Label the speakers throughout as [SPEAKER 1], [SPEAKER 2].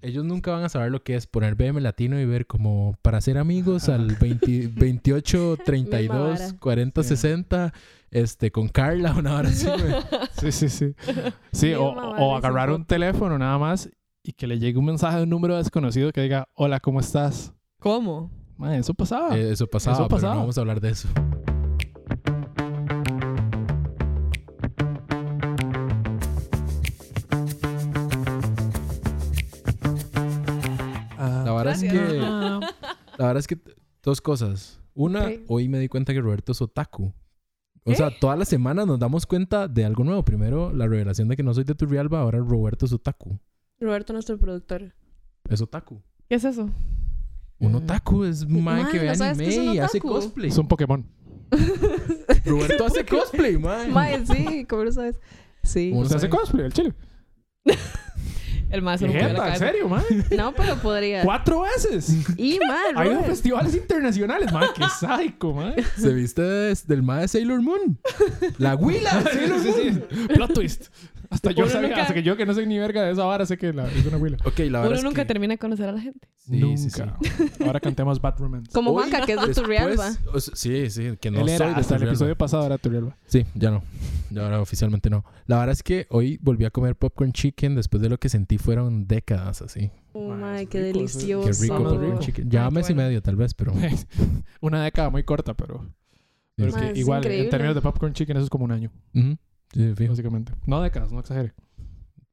[SPEAKER 1] ellos nunca van a saber lo que es poner BM Latino y ver como para ser amigos al 20 28, 32, 40,
[SPEAKER 2] Sí.
[SPEAKER 1] 60, este, con Carla, una hora así, güey.
[SPEAKER 2] Sí, sí, sí. Sí,
[SPEAKER 3] Bien
[SPEAKER 2] o,
[SPEAKER 3] mamada
[SPEAKER 2] o
[SPEAKER 3] esa
[SPEAKER 2] agarrar un
[SPEAKER 3] foto.
[SPEAKER 2] teléfono nada más y que le llegue un mensaje de un número desconocido que diga, hola, ¿cómo estás?
[SPEAKER 3] ¿Cómo?
[SPEAKER 2] Man, eso pasaba.
[SPEAKER 1] Eh, eso pasaba,
[SPEAKER 2] Eso
[SPEAKER 1] pero
[SPEAKER 2] pasaba.
[SPEAKER 1] no vamos a hablar de eso.
[SPEAKER 2] Ah.
[SPEAKER 3] Ah,
[SPEAKER 1] La verdad es
[SPEAKER 3] Gracias.
[SPEAKER 1] que... La verdad es que t- dos cosas. Una,
[SPEAKER 3] Ok.
[SPEAKER 1] hoy me di cuenta que Roberto es otaku. O
[SPEAKER 3] ¿Eh?
[SPEAKER 1] sea, todas las semanas nos damos cuenta de algo nuevo. Primero, la revelación de que no soy de Turrialba, ahora Roberto es otaku.
[SPEAKER 3] Roberto, nuestro productor.
[SPEAKER 1] Es otaku.
[SPEAKER 3] ¿Qué es eso?
[SPEAKER 1] Un
[SPEAKER 2] Mm.
[SPEAKER 1] otaku es un mae
[SPEAKER 3] Mae,
[SPEAKER 1] que ve
[SPEAKER 3] ¿no sabes
[SPEAKER 1] anime
[SPEAKER 3] qué es un
[SPEAKER 1] y hace
[SPEAKER 3] otaku?
[SPEAKER 1] cosplay.
[SPEAKER 2] Es un Pokémon.
[SPEAKER 1] Roberto hace cosplay, mae.
[SPEAKER 3] Mae, sí, ¿cómo lo sabes? Sí.
[SPEAKER 1] Uno
[SPEAKER 2] Se hace
[SPEAKER 1] sabe-
[SPEAKER 2] cosplay, el chile.
[SPEAKER 3] El mae se
[SPEAKER 2] ¿Qué
[SPEAKER 3] rompió la
[SPEAKER 2] jeta? ¿En
[SPEAKER 3] cabeza.
[SPEAKER 2] serio, man?
[SPEAKER 3] No, pero podría.
[SPEAKER 2] ¡Cuatro veces!
[SPEAKER 3] Y mae,
[SPEAKER 2] Ha ido a
[SPEAKER 3] Robert.
[SPEAKER 2] festivales internacionales, man. ¡Qué sádico, man!
[SPEAKER 1] Se viste des- del mae de Sailor Moon. La huila de Sailor
[SPEAKER 2] Sí, sí,
[SPEAKER 1] Moon.
[SPEAKER 2] sí. Plot twist. Hasta yo
[SPEAKER 3] Uno
[SPEAKER 2] sabía,
[SPEAKER 3] nunca-
[SPEAKER 2] hasta que yo que no soy ni verga de esa vara, sé que la- es una huila.
[SPEAKER 1] Ok, la verdad
[SPEAKER 3] Uno
[SPEAKER 1] es
[SPEAKER 3] nunca
[SPEAKER 1] que...
[SPEAKER 3] termina de conocer a la gente.
[SPEAKER 1] Sí, sí, sí.
[SPEAKER 2] Nunca. Ahora cantemos Bad Romance.
[SPEAKER 3] Como
[SPEAKER 1] Hoy,
[SPEAKER 3] Juanca, que es de
[SPEAKER 1] después-
[SPEAKER 3] Turrialba.
[SPEAKER 1] o sea, Sí, sí, que no
[SPEAKER 2] Él era,
[SPEAKER 1] soy de
[SPEAKER 2] hasta el este
[SPEAKER 1] Turrialba.
[SPEAKER 2] episodio pasado era Turrialba.
[SPEAKER 1] Sí, ya no. Ya ahora oficialmente no. La verdad es que hoy volví a comer popcorn chicken después de lo que sentí fueron décadas así.
[SPEAKER 3] Oh,
[SPEAKER 2] Mae,
[SPEAKER 3] mae,
[SPEAKER 2] es
[SPEAKER 3] qué
[SPEAKER 2] rico, eso es- Qué
[SPEAKER 3] delicioso.
[SPEAKER 1] Qué rico
[SPEAKER 2] sabor.
[SPEAKER 1] popcorn chicken.
[SPEAKER 3] Ay,
[SPEAKER 1] Ya
[SPEAKER 3] qué
[SPEAKER 1] mes y
[SPEAKER 3] Ah, bueno.
[SPEAKER 1] medio tal vez, pero...
[SPEAKER 2] Una década muy corta, pero... pero
[SPEAKER 3] Man,
[SPEAKER 2] que
[SPEAKER 3] es
[SPEAKER 2] igual, en
[SPEAKER 3] increíble.
[SPEAKER 2] términos de popcorn chicken, eso es como un año,
[SPEAKER 1] Ujú. Sí, fijo.
[SPEAKER 2] básicamente. No décadas, no exagere.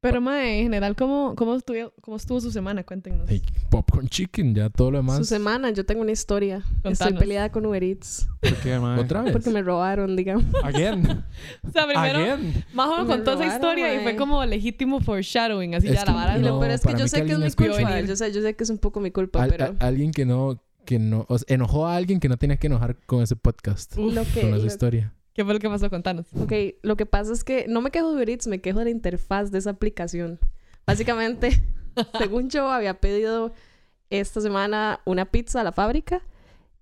[SPEAKER 3] Pero mae, en general, ¿cómo, cómo, estuvo, ¿cómo estuvo su semana? Cuéntenos.
[SPEAKER 1] Ey, popcorn chicken, ya todo lo demás.
[SPEAKER 3] Su semana, yo tengo una historia. Estoy Contanos. peleada con Uber Eats.
[SPEAKER 1] Pues.
[SPEAKER 2] Porque, man,
[SPEAKER 1] ¿Otra vez?
[SPEAKER 3] Porque me robaron, digamos.
[SPEAKER 2] Again.
[SPEAKER 3] O sea, primero,
[SPEAKER 2] Again.
[SPEAKER 3] Majo me Me contó esa robaron, historia y mae. fue como legítimo foreshadowing. Así
[SPEAKER 1] Es
[SPEAKER 3] ya la
[SPEAKER 1] que
[SPEAKER 3] vara.
[SPEAKER 1] no,
[SPEAKER 3] lo-
[SPEAKER 1] pero es que para yo mí sé que que es mi alguien culpa,
[SPEAKER 3] vio venir.
[SPEAKER 1] yo
[SPEAKER 3] Yo sé, yo sé que es un poco mi culpa,
[SPEAKER 1] Al-
[SPEAKER 3] pero.
[SPEAKER 1] a- alguien que no... Que no... o sea, enojó a alguien que no tenía que enojar con ese podcast.
[SPEAKER 3] Uf,
[SPEAKER 1] con
[SPEAKER 3] lo
[SPEAKER 1] esa historia.
[SPEAKER 3] ¿Qué fue lo que pasó? Contanos. Ok, lo que pasa es que no me quejo de Uber Eats, me quejo de la interfaz de esa aplicación. Básicamente, según yo, había pedido esta semana una pizza a la fábrica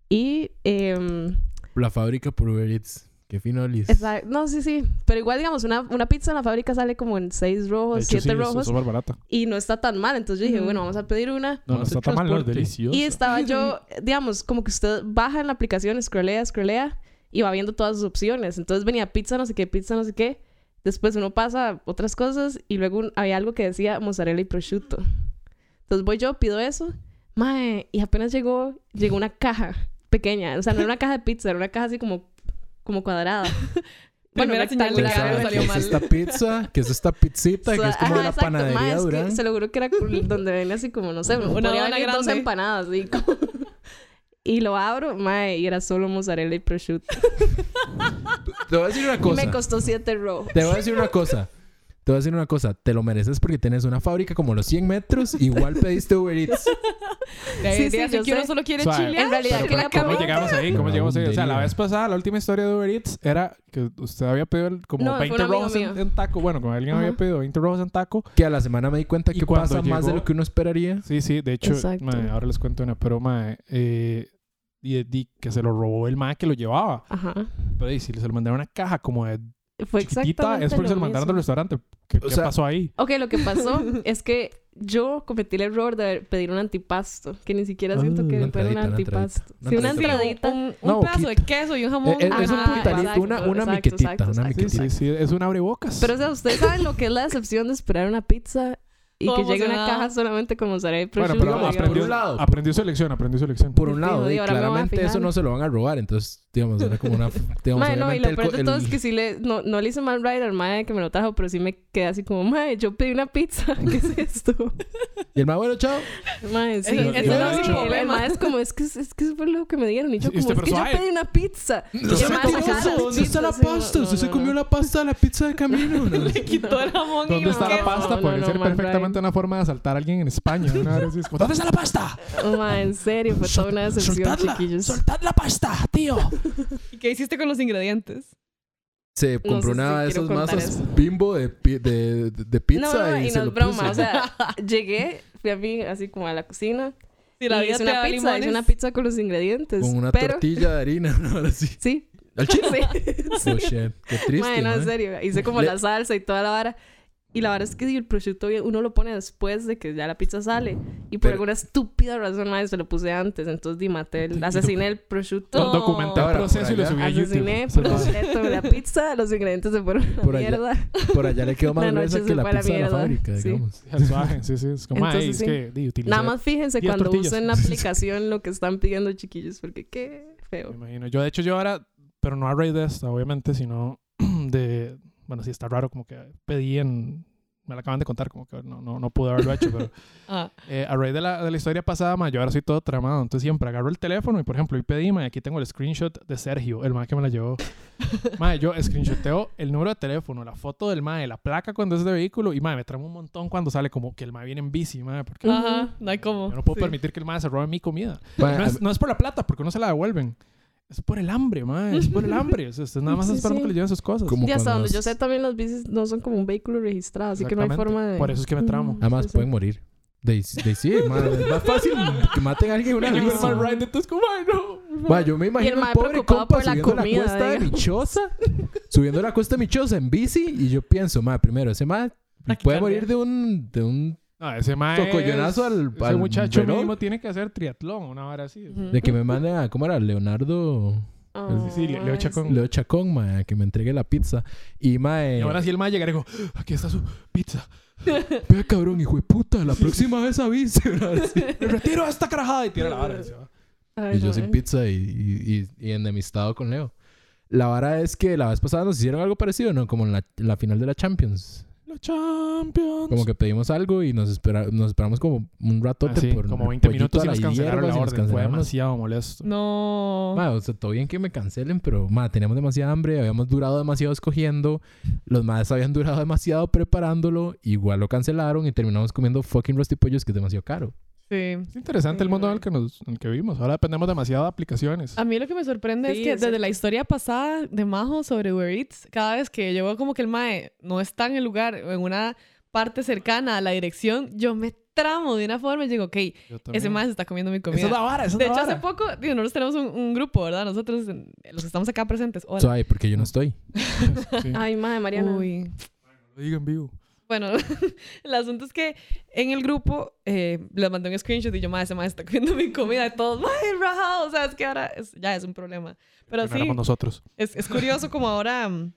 [SPEAKER 3] y. em,
[SPEAKER 1] La fábrica por Uber Eats. Qué finolis.
[SPEAKER 3] Exacto. No, sí, sí. Pero igual, digamos, una, una pizza en la fábrica sale como en seis
[SPEAKER 2] De
[SPEAKER 3] rojos,
[SPEAKER 2] hecho,
[SPEAKER 3] siete
[SPEAKER 2] sí, es-
[SPEAKER 3] rojos.
[SPEAKER 2] Es súper barata.
[SPEAKER 3] Y no está tan mal. Entonces yo dije,
[SPEAKER 2] Ujú.
[SPEAKER 3] bueno, vamos a pedir una.
[SPEAKER 2] No, no
[SPEAKER 1] Hace
[SPEAKER 2] está tan mal, no, es
[SPEAKER 1] transporte.
[SPEAKER 2] delicioso.
[SPEAKER 3] Y estaba yo, digamos, como que usted baja en la aplicación, scrollea, scrollea y va viendo todas sus opciones. Entonces venía pizza, no sé qué, pizza, no sé qué. Después uno pasa a otras cosas y luego un- había algo que decía mozzarella y prosciutto. Entonces voy yo, pido eso. Mae, y apenas llegó, llegó una caja pequeña. O sea, no era una caja de pizza, era una caja así como, como cuadrada. Primera señal de
[SPEAKER 1] Pero
[SPEAKER 3] que
[SPEAKER 1] sabe
[SPEAKER 3] algo
[SPEAKER 1] que
[SPEAKER 3] salió
[SPEAKER 1] es
[SPEAKER 3] mal.
[SPEAKER 1] esta pizza, que es esta pizzita,
[SPEAKER 3] O
[SPEAKER 1] que
[SPEAKER 3] sea,
[SPEAKER 1] es como
[SPEAKER 3] ajá,
[SPEAKER 1] de la
[SPEAKER 3] exacto,
[SPEAKER 1] panadería
[SPEAKER 3] ma, es que
[SPEAKER 1] Durán.
[SPEAKER 3] se lo juro que era cool, donde ven así como, no sé, una Una podría dona venir dos grande. empanadas, así como- Y lo abro, mae, y era solo mozzarella y prosciutto.
[SPEAKER 1] Te voy a decir una
[SPEAKER 3] Y
[SPEAKER 1] cosa.
[SPEAKER 3] me costó siete rojos.
[SPEAKER 1] Te voy a decir una cosa. Te voy a decir una cosa. Te lo mereces porque tienes una fábrica como a los 100 metros. Igual pediste Uber Eats.
[SPEAKER 3] Sí, sí, yo
[SPEAKER 4] que uno
[SPEAKER 3] sé.
[SPEAKER 4] solo quiere
[SPEAKER 2] Suave.
[SPEAKER 4] chilear.
[SPEAKER 3] En realidad,
[SPEAKER 2] Pero,
[SPEAKER 3] este, que
[SPEAKER 2] pero
[SPEAKER 3] la
[SPEAKER 2] ¿Cómo
[SPEAKER 3] comida-
[SPEAKER 2] llegamos ahí? ¿Cómo
[SPEAKER 1] La
[SPEAKER 2] llegamos ahí? O sea, la
[SPEAKER 1] bandería.
[SPEAKER 2] vez pasada, la última historia de Uber Eats era que usted había pedido el- como
[SPEAKER 3] No, fue un
[SPEAKER 2] 20
[SPEAKER 3] amigo
[SPEAKER 2] rojos en,
[SPEAKER 3] mío.
[SPEAKER 2] en taco. Bueno, como alguien había
[SPEAKER 3] Ajá.
[SPEAKER 2] pedido 20 rojos en taco.
[SPEAKER 1] Que a la semana me di cuenta
[SPEAKER 2] ¿Y
[SPEAKER 1] que
[SPEAKER 2] cuando
[SPEAKER 1] pasa más de
[SPEAKER 2] llegó?
[SPEAKER 1] lo que uno esperaría.
[SPEAKER 2] Sí, sí, de hecho,
[SPEAKER 3] Exacto.
[SPEAKER 2] mae, ahora les cuento una, pero mae, eh, y, y que se lo robó el mae que lo llevaba.
[SPEAKER 3] Ajá.
[SPEAKER 2] Pero y si se lo mandaron a una caja como de
[SPEAKER 3] Fue
[SPEAKER 2] chiquitita,
[SPEAKER 3] exactamente
[SPEAKER 2] es porque
[SPEAKER 3] lo
[SPEAKER 2] se lo mandaron del
[SPEAKER 3] mismo.
[SPEAKER 2] restaurante. ¿Qué,
[SPEAKER 1] O
[SPEAKER 2] qué
[SPEAKER 1] sea-
[SPEAKER 2] pasó ahí?
[SPEAKER 3] Ok, lo que pasó es que yo cometí el error de pedir un antipasto, que ni siquiera siento
[SPEAKER 1] Ah,
[SPEAKER 3] que
[SPEAKER 1] una
[SPEAKER 3] fuera un
[SPEAKER 1] entradita, una entradita.
[SPEAKER 3] antipasto.
[SPEAKER 1] Una
[SPEAKER 3] sí, una
[SPEAKER 1] entradita.
[SPEAKER 3] entradita.
[SPEAKER 4] Un, un
[SPEAKER 1] No,
[SPEAKER 4] pedazo de
[SPEAKER 1] quita.
[SPEAKER 4] queso y un jamón.
[SPEAKER 1] Eh, eh, es un
[SPEAKER 3] Ajá,
[SPEAKER 1] puntalito,
[SPEAKER 3] exacto,
[SPEAKER 1] una, una
[SPEAKER 3] exacto,
[SPEAKER 1] miquetita.
[SPEAKER 3] exacto,
[SPEAKER 1] una
[SPEAKER 3] exacto.
[SPEAKER 2] Sí,
[SPEAKER 1] miquetita.
[SPEAKER 2] sí, sí, es un abrebocas.
[SPEAKER 3] Pero, o sea, ustedes saben lo que es la decepción de esperar una pizza y
[SPEAKER 4] Todo
[SPEAKER 3] que llegue una
[SPEAKER 4] emocionada.
[SPEAKER 3] caja solamente con mozzarella y
[SPEAKER 2] bueno,
[SPEAKER 3] prosciutto.
[SPEAKER 2] pero
[SPEAKER 1] digamos,
[SPEAKER 3] digamos.
[SPEAKER 2] aprendió,
[SPEAKER 1] por un lado.
[SPEAKER 2] aprendió su lección, aprendió su lección.
[SPEAKER 1] Por un lado,
[SPEAKER 3] Fijo,
[SPEAKER 1] y
[SPEAKER 3] y ahora me voy a
[SPEAKER 1] claramente eso
[SPEAKER 3] fijar.
[SPEAKER 1] no se lo van a robar. Entonces, digamos, era como una. Digamos,
[SPEAKER 3] Mae, no, y lo
[SPEAKER 1] obviamente
[SPEAKER 3] peor de
[SPEAKER 1] el co-
[SPEAKER 3] todo es
[SPEAKER 1] el-
[SPEAKER 3] que sí le, no, no le hice mal ride al mae que me lo trajo, pero sí me quedé así como, mae, yo pedí una pizza, ¿qué es esto?
[SPEAKER 1] Y el más bueno, chao.
[SPEAKER 3] Mae, sí,
[SPEAKER 4] Ese-
[SPEAKER 1] ese
[SPEAKER 3] el-
[SPEAKER 1] no es el
[SPEAKER 3] el- El
[SPEAKER 4] problema.
[SPEAKER 3] mae es como, es que, es que eso fue lo que me dieron, y yo
[SPEAKER 2] Y
[SPEAKER 3] como,
[SPEAKER 2] usted,
[SPEAKER 3] es que
[SPEAKER 2] pero
[SPEAKER 3] yo
[SPEAKER 2] suave.
[SPEAKER 3] pedí una pizza.
[SPEAKER 1] No
[SPEAKER 3] yo
[SPEAKER 1] sé
[SPEAKER 3] me
[SPEAKER 1] cómo hizo,
[SPEAKER 3] sacaron
[SPEAKER 1] ¿Dónde
[SPEAKER 3] las
[SPEAKER 1] está la
[SPEAKER 3] pizzas, sí, no,
[SPEAKER 1] pasta?
[SPEAKER 3] no,
[SPEAKER 1] Usted se
[SPEAKER 3] no,
[SPEAKER 1] comió
[SPEAKER 3] no.
[SPEAKER 1] la pasta de la pizza de camino. No,
[SPEAKER 4] Le quitó el jamón y
[SPEAKER 2] ¿Dónde
[SPEAKER 4] un
[SPEAKER 2] está la
[SPEAKER 4] queso.
[SPEAKER 2] pasta?
[SPEAKER 3] No,
[SPEAKER 2] Podría
[SPEAKER 3] no,
[SPEAKER 2] ser
[SPEAKER 3] no, man,
[SPEAKER 2] perfectamente una forma de asaltar a alguien en España. Una vez así, es como, ¿Dónde está la pasta?
[SPEAKER 3] Oh, Mae, en serio, fue toda una decepción, chiquillos.
[SPEAKER 2] soltad la pasta, tío.
[SPEAKER 4] ¿Y qué hiciste con los ingredientes?
[SPEAKER 1] Se
[SPEAKER 3] sé
[SPEAKER 1] compró
[SPEAKER 3] si
[SPEAKER 1] una de
[SPEAKER 3] quiero
[SPEAKER 1] esas
[SPEAKER 3] contar
[SPEAKER 1] masas
[SPEAKER 3] eso.
[SPEAKER 1] bimbo de, pi- de, de- de pizza.
[SPEAKER 3] No, no,
[SPEAKER 1] y,
[SPEAKER 3] y
[SPEAKER 1] se
[SPEAKER 3] no
[SPEAKER 1] lo
[SPEAKER 3] es broma,
[SPEAKER 1] puso.
[SPEAKER 3] o sea, llegué, fui a mí así como a la cocina,
[SPEAKER 4] Si la
[SPEAKER 3] y
[SPEAKER 4] vida
[SPEAKER 3] hice
[SPEAKER 4] te
[SPEAKER 3] una
[SPEAKER 4] da
[SPEAKER 3] pizza,
[SPEAKER 4] limones.
[SPEAKER 3] hice una pizza con los ingredientes.
[SPEAKER 1] Con una
[SPEAKER 3] pero,
[SPEAKER 1] tortilla de harina, ¿no? Ahora sí.
[SPEAKER 3] Sí,
[SPEAKER 1] ¿Al chile?
[SPEAKER 3] sí.
[SPEAKER 1] Oh, shit. Qué triste,
[SPEAKER 3] Bueno,
[SPEAKER 1] ¿no?
[SPEAKER 3] en serio, hice como
[SPEAKER 1] Le-
[SPEAKER 3] la salsa y toda la vara. Y la verdad es que si el prosciutto bien- uno lo pone después de que ya la pizza sale. Y por
[SPEAKER 1] Pero-
[SPEAKER 3] alguna estúpida razón, madre, se lo puse antes. Entonces, di, maté, el- asesiné el prosciutto.
[SPEAKER 2] Do- documenté el
[SPEAKER 1] Ahora,
[SPEAKER 2] proceso y lo
[SPEAKER 1] por
[SPEAKER 2] subí a
[SPEAKER 3] Asesiné
[SPEAKER 2] YouTube.
[SPEAKER 3] por completo la pizza. Los ingredientes se fueron a la
[SPEAKER 1] Por allá.
[SPEAKER 3] mierda.
[SPEAKER 1] Por allá le quedó más
[SPEAKER 3] La noche
[SPEAKER 1] gruesa
[SPEAKER 3] se
[SPEAKER 1] que la
[SPEAKER 3] fue a la
[SPEAKER 1] pizza de la
[SPEAKER 3] mierda,
[SPEAKER 1] fábrica,
[SPEAKER 3] sí.
[SPEAKER 1] digamos.
[SPEAKER 2] Al suaje, sí, sí. Es como, ah,
[SPEAKER 3] Entonces,
[SPEAKER 2] es
[SPEAKER 3] sí.
[SPEAKER 2] que di, utilicé-
[SPEAKER 3] Nada más fíjense
[SPEAKER 2] diez
[SPEAKER 3] cuando
[SPEAKER 2] tortillas.
[SPEAKER 3] usen la aplicación lo que están pidiendo, chiquillos. Porque qué
[SPEAKER 2] Me
[SPEAKER 3] feo.
[SPEAKER 2] imagino. Yo, de hecho, yo ahora, pero no a raíz de esta, obviamente, sino de. Bueno, sí está raro, como que pedí en. Me la acaban de contar, como que no, no, no pude haberlo hecho, pero
[SPEAKER 4] Ah,
[SPEAKER 2] eh, a raíz de la, de la historia pasada, ma, yo ahora soy todo tramado. Entonces siempre agarro el teléfono y, por ejemplo, y pedí, ma, y aquí tengo el screenshot de Sergio, el ma que me la llevó. ma, yo screenshoteo el número de teléfono, la foto del ma, la placa cuando es de vehículo y, ma, me tramo un montón cuando sale como que el ma viene en bici, ma, porque
[SPEAKER 4] ajá, no hay como.
[SPEAKER 2] yo no puedo
[SPEAKER 4] sí.
[SPEAKER 2] permitir que el ma se robe mi comida.
[SPEAKER 1] Ma,
[SPEAKER 2] No
[SPEAKER 1] a-
[SPEAKER 2] es, no es por la plata, porque no se la devuelven. Es por el hambre, ma, es por el hambre. O sea, ustedes nada más
[SPEAKER 3] Sí,
[SPEAKER 2] esperando
[SPEAKER 3] sí.
[SPEAKER 2] que le lleven sus cosas.
[SPEAKER 1] Como
[SPEAKER 3] Y hasta
[SPEAKER 1] cuando
[SPEAKER 3] donde yo
[SPEAKER 1] los-
[SPEAKER 3] sé, también los bicis no son como un vehículo registrado. Así que no hay
[SPEAKER 2] Exactamente.
[SPEAKER 3] forma de.
[SPEAKER 2] Por eso es que me tramo.
[SPEAKER 3] Ujú.
[SPEAKER 1] Además,
[SPEAKER 3] Sí, sí.
[SPEAKER 1] Ah, pueden morir. De, de sí, ma, es más fácil que maten a alguien en una
[SPEAKER 2] Y
[SPEAKER 1] bici.
[SPEAKER 2] el man ride, entonces, como, "Ay, no".
[SPEAKER 1] Ma, yo me imagino
[SPEAKER 3] mae
[SPEAKER 1] el pobre
[SPEAKER 3] preocupado
[SPEAKER 1] compa
[SPEAKER 3] por la
[SPEAKER 1] subiendo
[SPEAKER 3] comida,
[SPEAKER 1] la cuesta de
[SPEAKER 3] digamos.
[SPEAKER 1] Michosa, subiendo la cuesta de Michosa en bici y yo pienso, ma, primero, ese ma puede
[SPEAKER 4] Taquicardia.
[SPEAKER 1] morir de un, de un
[SPEAKER 2] No, ese ma es-
[SPEAKER 1] Socollonazo al-
[SPEAKER 2] ese
[SPEAKER 1] al
[SPEAKER 2] muchacho
[SPEAKER 1] velón.
[SPEAKER 2] mínimo tiene que hacer triatlón, una hora así.
[SPEAKER 4] Ujú.
[SPEAKER 1] de que me mande a ¿cómo era? Leonardo
[SPEAKER 3] Oh,
[SPEAKER 2] Sí, le- le
[SPEAKER 3] mae,
[SPEAKER 2] echa con-
[SPEAKER 1] Leo Chacón, ma, a que me entregue la pizza y ma, eh,
[SPEAKER 2] Y ahora sí el ma llegará y digo, aquí está su pizza.
[SPEAKER 1] vea cabrón, hijo de puta, la próxima vez avise.
[SPEAKER 2] Me retiro a esta carajada y tira la vara. Y se va.
[SPEAKER 3] Ay, eh.
[SPEAKER 1] Y yo
[SPEAKER 2] eh.
[SPEAKER 1] sin
[SPEAKER 3] mae.
[SPEAKER 1] pizza y, y- y- y enemistado con Leo. La vara es que la vez pasada nos hicieron algo parecido, ¿no? Como en la, en la final de la Champions.
[SPEAKER 2] Los champions.
[SPEAKER 1] Como que pedimos algo y nos, espera- nos esperamos como un ratote
[SPEAKER 2] Así,
[SPEAKER 1] por
[SPEAKER 2] Ah, como 20
[SPEAKER 1] pollito
[SPEAKER 2] minutos
[SPEAKER 1] a
[SPEAKER 2] y nos
[SPEAKER 1] la
[SPEAKER 2] cancelaron
[SPEAKER 1] hierba,
[SPEAKER 2] la
[SPEAKER 1] y nos
[SPEAKER 2] orden. Fue
[SPEAKER 1] cancelaron los-
[SPEAKER 2] demasiado molesto.
[SPEAKER 4] No.
[SPEAKER 1] Ma, o sea, todo bien que me cancelen, pero ma, teníamos demasiada hambre, habíamos durado demasiado escogiendo, los madres habían durado demasiado preparándolo, igual lo cancelaron y terminamos comiendo fucking rostipollos que es demasiado caro.
[SPEAKER 4] Sí.
[SPEAKER 2] Es interesante el
[SPEAKER 3] Sí,
[SPEAKER 2] mundo en
[SPEAKER 3] mae.
[SPEAKER 2] el que, nos, en el que vivimos. Ahora dependemos demasiado de aplicaciones.
[SPEAKER 4] A mí lo que me sorprende
[SPEAKER 3] Sí,
[SPEAKER 4] es que
[SPEAKER 3] exacto.
[SPEAKER 4] desde la historia pasada de Majo sobre Uber Eats, cada vez que llegó como que el mae no está en el lugar, o en una parte cercana a la dirección, yo me tramo de una forma y digo, ok,
[SPEAKER 2] Yo
[SPEAKER 4] ese
[SPEAKER 2] también.
[SPEAKER 4] mae se está comiendo mi
[SPEAKER 2] Esa
[SPEAKER 4] comida.
[SPEAKER 2] es la vara, esa es
[SPEAKER 4] de
[SPEAKER 2] la
[SPEAKER 4] hecho, hace
[SPEAKER 2] vara.
[SPEAKER 4] poco, digo, nosotros tenemos un, un grupo, ¿verdad? Nosotros, en- los que estamos acá presentes. Hola.
[SPEAKER 1] Suave, porque yo no estoy.
[SPEAKER 2] Sí.
[SPEAKER 3] Ay, madre, Mariana.
[SPEAKER 4] Uy.
[SPEAKER 2] Lo digo en vivo.
[SPEAKER 4] Bueno, el asunto es que en el grupo eh, les mandé un screenshot y yo, madre, ese mae está comiendo mi comida y todos, madre, rajado. O sea, es que ahora es- ya es un problema. Pero
[SPEAKER 2] Que no
[SPEAKER 4] sí,
[SPEAKER 2] éramos nosotros.
[SPEAKER 4] es, es curioso como ahora mm,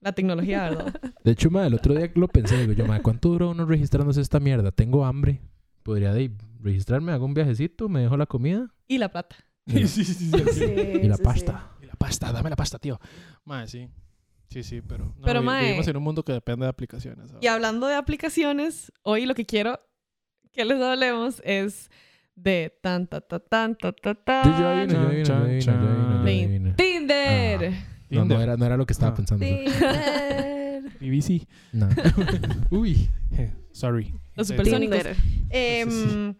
[SPEAKER 4] la tecnología, ¿verdad?
[SPEAKER 1] De hecho, ma, el otro día lo pensé, digo yo, ma, ¿cuánto duró uno registrándose esta mierda? Tengo hambre. Podría de ahí registrarme, hago un viajecito, me dejo la comida
[SPEAKER 4] Y la plata.
[SPEAKER 1] Sí,
[SPEAKER 2] sí, sí, sí, sí.
[SPEAKER 1] y la pasta.
[SPEAKER 2] Y la pasta, dame la pasta, tío. Mae, sí. Sí, sí, pero. no,
[SPEAKER 4] Pero,
[SPEAKER 2] vi-
[SPEAKER 4] mae.
[SPEAKER 2] Vivimos en un mundo que depende de aplicaciones. ¿sabes?
[SPEAKER 4] Y hablando de aplicaciones, hoy lo que quiero que les hablemos es de tan, ta, ta, tan, ta, ta, tan,
[SPEAKER 1] Yo, yo adivino, yo adivino, yo
[SPEAKER 2] Chan,
[SPEAKER 1] adivino, yo
[SPEAKER 2] chan,
[SPEAKER 1] adivino, yo
[SPEAKER 2] chan.
[SPEAKER 1] adivino.
[SPEAKER 4] Tinder.
[SPEAKER 1] No, no
[SPEAKER 2] Tinder.
[SPEAKER 1] era, no era lo que estaba
[SPEAKER 2] Ah.
[SPEAKER 1] pensando. pues.
[SPEAKER 3] Tinder.
[SPEAKER 2] Y bici.
[SPEAKER 1] No.
[SPEAKER 2] Uy. Eh, Sorry.
[SPEAKER 4] Los
[SPEAKER 2] Eh,
[SPEAKER 4] supersónicos.
[SPEAKER 3] Tinder.
[SPEAKER 4] Em,
[SPEAKER 2] Sí,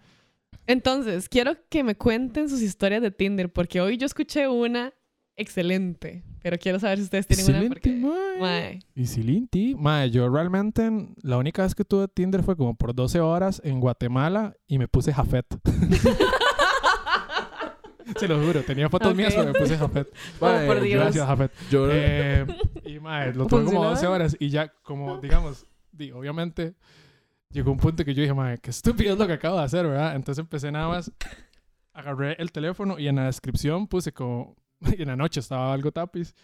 [SPEAKER 4] Entonces, quiero que me cuenten sus historias de Tinder, porque hoy yo escuché una excelente, pero quiero saber si ustedes tienen una.
[SPEAKER 1] Excelente,
[SPEAKER 4] Porque, Mae.
[SPEAKER 2] Y Silinti. Mae, yo realmente en- la única vez que tuve Tinder fue como por 12 horas en Guatemala y me puse Jafet. Se lo juro, tenía fotos
[SPEAKER 4] Ok.
[SPEAKER 2] mías, pero me puse Jafet.
[SPEAKER 1] Mae,
[SPEAKER 3] por Dios.
[SPEAKER 2] Gracias, Jafet.
[SPEAKER 1] Yo,
[SPEAKER 2] Eh, y mae, lo tuve como
[SPEAKER 3] ¿Funcionaba?
[SPEAKER 2] 12 horas y ya, como digamos, di, obviamente llegó un punto que yo dije, mae, qué estúpido es lo que acabo de hacer, ¿verdad? Entonces empecé nada más, agarré el teléfono y en la descripción puse como, y en la noche estaba algo tapiz,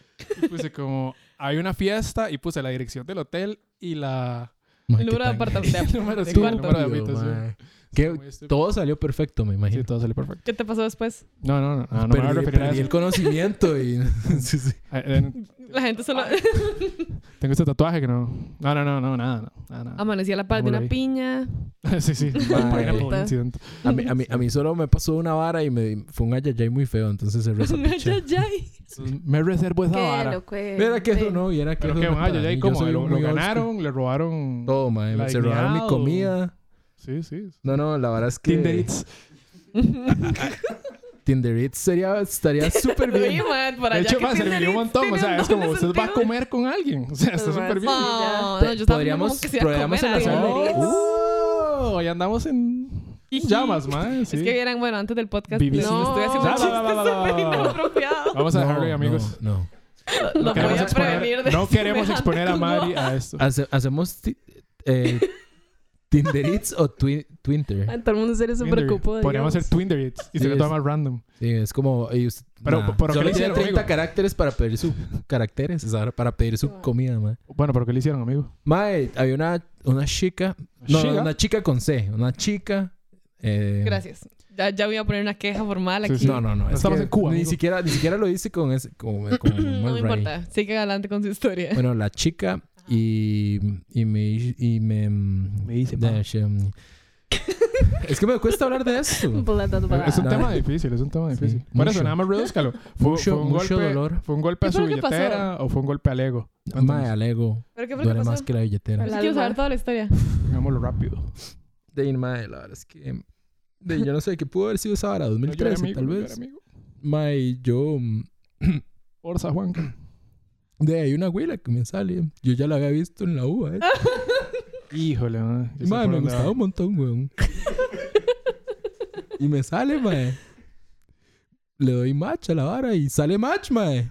[SPEAKER 2] y puse como, hay una fiesta y puse la dirección del hotel y la.
[SPEAKER 1] ma,
[SPEAKER 4] El
[SPEAKER 1] qué
[SPEAKER 4] número de
[SPEAKER 1] tan
[SPEAKER 4] apartamento.
[SPEAKER 2] el número,
[SPEAKER 4] de
[SPEAKER 2] sí, el
[SPEAKER 4] cuarto.
[SPEAKER 2] número de
[SPEAKER 1] estúpido,
[SPEAKER 2] habitación.
[SPEAKER 1] ma. Qué-
[SPEAKER 2] Muy estúpido.
[SPEAKER 1] todo salió perfecto, me
[SPEAKER 2] Sí,
[SPEAKER 1] imagino. Ah,
[SPEAKER 2] todo salió perfecto.
[SPEAKER 4] ¿Qué te pasó después?
[SPEAKER 2] No, no, no, no, no me voy a
[SPEAKER 1] perdí,
[SPEAKER 2] referir a
[SPEAKER 1] perdí el
[SPEAKER 2] eso.
[SPEAKER 1] conocimiento y... sí, sí.
[SPEAKER 2] Eh, eh,
[SPEAKER 4] La gente solo
[SPEAKER 2] Tengo este tatuaje que no. No, no, no, no, nada, no, nada, nada.
[SPEAKER 4] amanecía a la par de
[SPEAKER 2] Por
[SPEAKER 4] una
[SPEAKER 2] ahí.
[SPEAKER 4] piña.
[SPEAKER 2] sí, sí.
[SPEAKER 1] Mae.
[SPEAKER 2] Pineapple incident.
[SPEAKER 1] A, mí, a, mí, a mí solo me pasó una vara y me fue un ayayay muy feo, entonces se
[SPEAKER 4] Ay,
[SPEAKER 1] resapiché.
[SPEAKER 4] ay, ay.
[SPEAKER 2] Me reservo esa
[SPEAKER 3] Qué
[SPEAKER 2] vara.
[SPEAKER 3] loco.
[SPEAKER 1] Era que eso no, y era que
[SPEAKER 2] Pero
[SPEAKER 1] eso
[SPEAKER 2] qué
[SPEAKER 1] no
[SPEAKER 2] mal,
[SPEAKER 1] para
[SPEAKER 2] ya
[SPEAKER 1] mí.
[SPEAKER 2] ahí
[SPEAKER 1] Yo
[SPEAKER 2] como
[SPEAKER 1] soy
[SPEAKER 2] lo,
[SPEAKER 1] un
[SPEAKER 2] lo
[SPEAKER 1] old school.
[SPEAKER 2] ganaron, le robaron.
[SPEAKER 1] Todo, mae.
[SPEAKER 2] La
[SPEAKER 1] Me se robaron mi
[SPEAKER 2] dignidad, o-
[SPEAKER 1] comida.
[SPEAKER 2] Sí, sí.
[SPEAKER 1] No, no, la verdad es que...
[SPEAKER 2] Tinder Eats.
[SPEAKER 1] Tinder Eats sería, estaría súper
[SPEAKER 4] Oye,
[SPEAKER 1] bien.
[SPEAKER 4] mae, por
[SPEAKER 2] De
[SPEAKER 4] allá
[SPEAKER 2] hecho,
[SPEAKER 4] que
[SPEAKER 2] mae, se
[SPEAKER 4] Tinder
[SPEAKER 2] vivió un
[SPEAKER 4] Eats
[SPEAKER 2] montón. O sea,
[SPEAKER 4] tiene
[SPEAKER 2] es como
[SPEAKER 4] doble
[SPEAKER 2] usted va a
[SPEAKER 4] sentido.
[SPEAKER 2] comer con alguien. O sea, está
[SPEAKER 3] Pues,
[SPEAKER 2] súper bien.
[SPEAKER 3] mae,
[SPEAKER 4] No,
[SPEAKER 1] Pe-
[SPEAKER 4] no, yo estaba
[SPEAKER 1] podríamos-
[SPEAKER 4] como que se iba a
[SPEAKER 1] podríamos
[SPEAKER 4] comer
[SPEAKER 1] en la
[SPEAKER 4] algo.
[SPEAKER 1] zona
[SPEAKER 2] Oh,
[SPEAKER 1] Tinder
[SPEAKER 2] oh, ahí andamos en llamas, mae. Sí.
[SPEAKER 4] Es que vieran, bueno, antes del podcast pues,
[SPEAKER 2] Viví
[SPEAKER 4] les
[SPEAKER 2] sin-
[SPEAKER 4] estoy haciendo
[SPEAKER 2] Va,
[SPEAKER 4] un
[SPEAKER 2] va, va, va, va, va, va,
[SPEAKER 4] chiste
[SPEAKER 2] va.
[SPEAKER 4] inapropiado.
[SPEAKER 2] Vamos a dejarlo, ahí, amigos.
[SPEAKER 1] No, no.
[SPEAKER 4] Lo voy
[SPEAKER 2] queremos
[SPEAKER 4] a
[SPEAKER 2] exponer-
[SPEAKER 4] prevenir de
[SPEAKER 2] no queremos
[SPEAKER 4] semejante
[SPEAKER 2] exponer a
[SPEAKER 4] curva.
[SPEAKER 2] Mari a esto.
[SPEAKER 1] Hace- hacemos ti- eh, Tinderits o twi- Twitter.
[SPEAKER 3] Ay, Todo el mundo en serio se
[SPEAKER 2] Twinder.
[SPEAKER 3] preocupó.
[SPEAKER 2] Podríamos hacer
[SPEAKER 3] digamos.
[SPEAKER 2] Twinder It's,
[SPEAKER 1] Sí,
[SPEAKER 2] y sería todo
[SPEAKER 1] es-
[SPEAKER 2] más random.
[SPEAKER 1] Sí, es como... y usted-
[SPEAKER 2] Pero,
[SPEAKER 1] nah.
[SPEAKER 2] ¿pero qué
[SPEAKER 1] Solo
[SPEAKER 2] le
[SPEAKER 1] tiene
[SPEAKER 2] hicieron,
[SPEAKER 1] 30
[SPEAKER 2] amigo?
[SPEAKER 1] caracteres para pedir su... Caracteres, o sea, para pedir su comida, mae.
[SPEAKER 2] Bueno, pero ¿qué le hicieron, amigo?
[SPEAKER 1] Mae, había una, una chica... No,
[SPEAKER 2] ¿Chica?
[SPEAKER 1] una chica con C. Una chica... eh,
[SPEAKER 4] Gracias. Ya, ya voy a poner una queja formal
[SPEAKER 2] Sí,
[SPEAKER 4] aquí.
[SPEAKER 2] sí.
[SPEAKER 1] No, no, no. es
[SPEAKER 2] Estamos
[SPEAKER 1] que
[SPEAKER 2] en Cuba,
[SPEAKER 1] Ni
[SPEAKER 2] amigo.
[SPEAKER 1] siquiera, ni siquiera lo hice con ese... Con, con mal
[SPEAKER 4] No me
[SPEAKER 1] rey.
[SPEAKER 4] importa. Sigue adelante con su historia.
[SPEAKER 1] Bueno, la chica y, y me... Y me,
[SPEAKER 2] Me dice,
[SPEAKER 1] de-
[SPEAKER 2] "Ma".
[SPEAKER 1] shem- es que me cuesta hablar de esto.
[SPEAKER 3] Pues, la tatu- para-
[SPEAKER 2] Es un
[SPEAKER 1] No.
[SPEAKER 2] tema difícil, es un tema
[SPEAKER 1] Sí,
[SPEAKER 2] difícil. Por eso,
[SPEAKER 1] mucho.
[SPEAKER 2] nada más redúzcalo. Fue,
[SPEAKER 1] Mucho-
[SPEAKER 2] fue un
[SPEAKER 1] mucho
[SPEAKER 2] golpe,
[SPEAKER 1] dolor.
[SPEAKER 2] ¿Fue un golpe a
[SPEAKER 4] ¿Qué
[SPEAKER 2] su
[SPEAKER 4] fue lo que pasó?
[SPEAKER 2] billetera o fue un golpe al ego?
[SPEAKER 1] Mae, al ego.
[SPEAKER 4] ¿Pero qué fue lo que
[SPEAKER 1] Duele más
[SPEAKER 4] pasó?
[SPEAKER 1] que la billetera.
[SPEAKER 3] Al
[SPEAKER 4] Yo Quiero
[SPEAKER 3] alma.
[SPEAKER 4] saber toda la historia.
[SPEAKER 2] Digámoslo rápido.
[SPEAKER 1] De ahí, mae, la verdad es que... de ahí, yo no sé, que pudo haber sido esa vara,
[SPEAKER 2] No llore,
[SPEAKER 1] 2013,
[SPEAKER 2] amigo,
[SPEAKER 1] tal
[SPEAKER 2] no llore,
[SPEAKER 1] vez.
[SPEAKER 2] amigo.
[SPEAKER 1] Mae, yo... mm,
[SPEAKER 2] Orsa, Juan.
[SPEAKER 1] De ahí una güila que me sale. Yo ya la había visto en la UA, ¿eh?
[SPEAKER 2] Híjole, madre.
[SPEAKER 1] Y, mae, me gustaba un montón, weón. y me sale, mae. Le doy match a la vara y sale match, mae. Y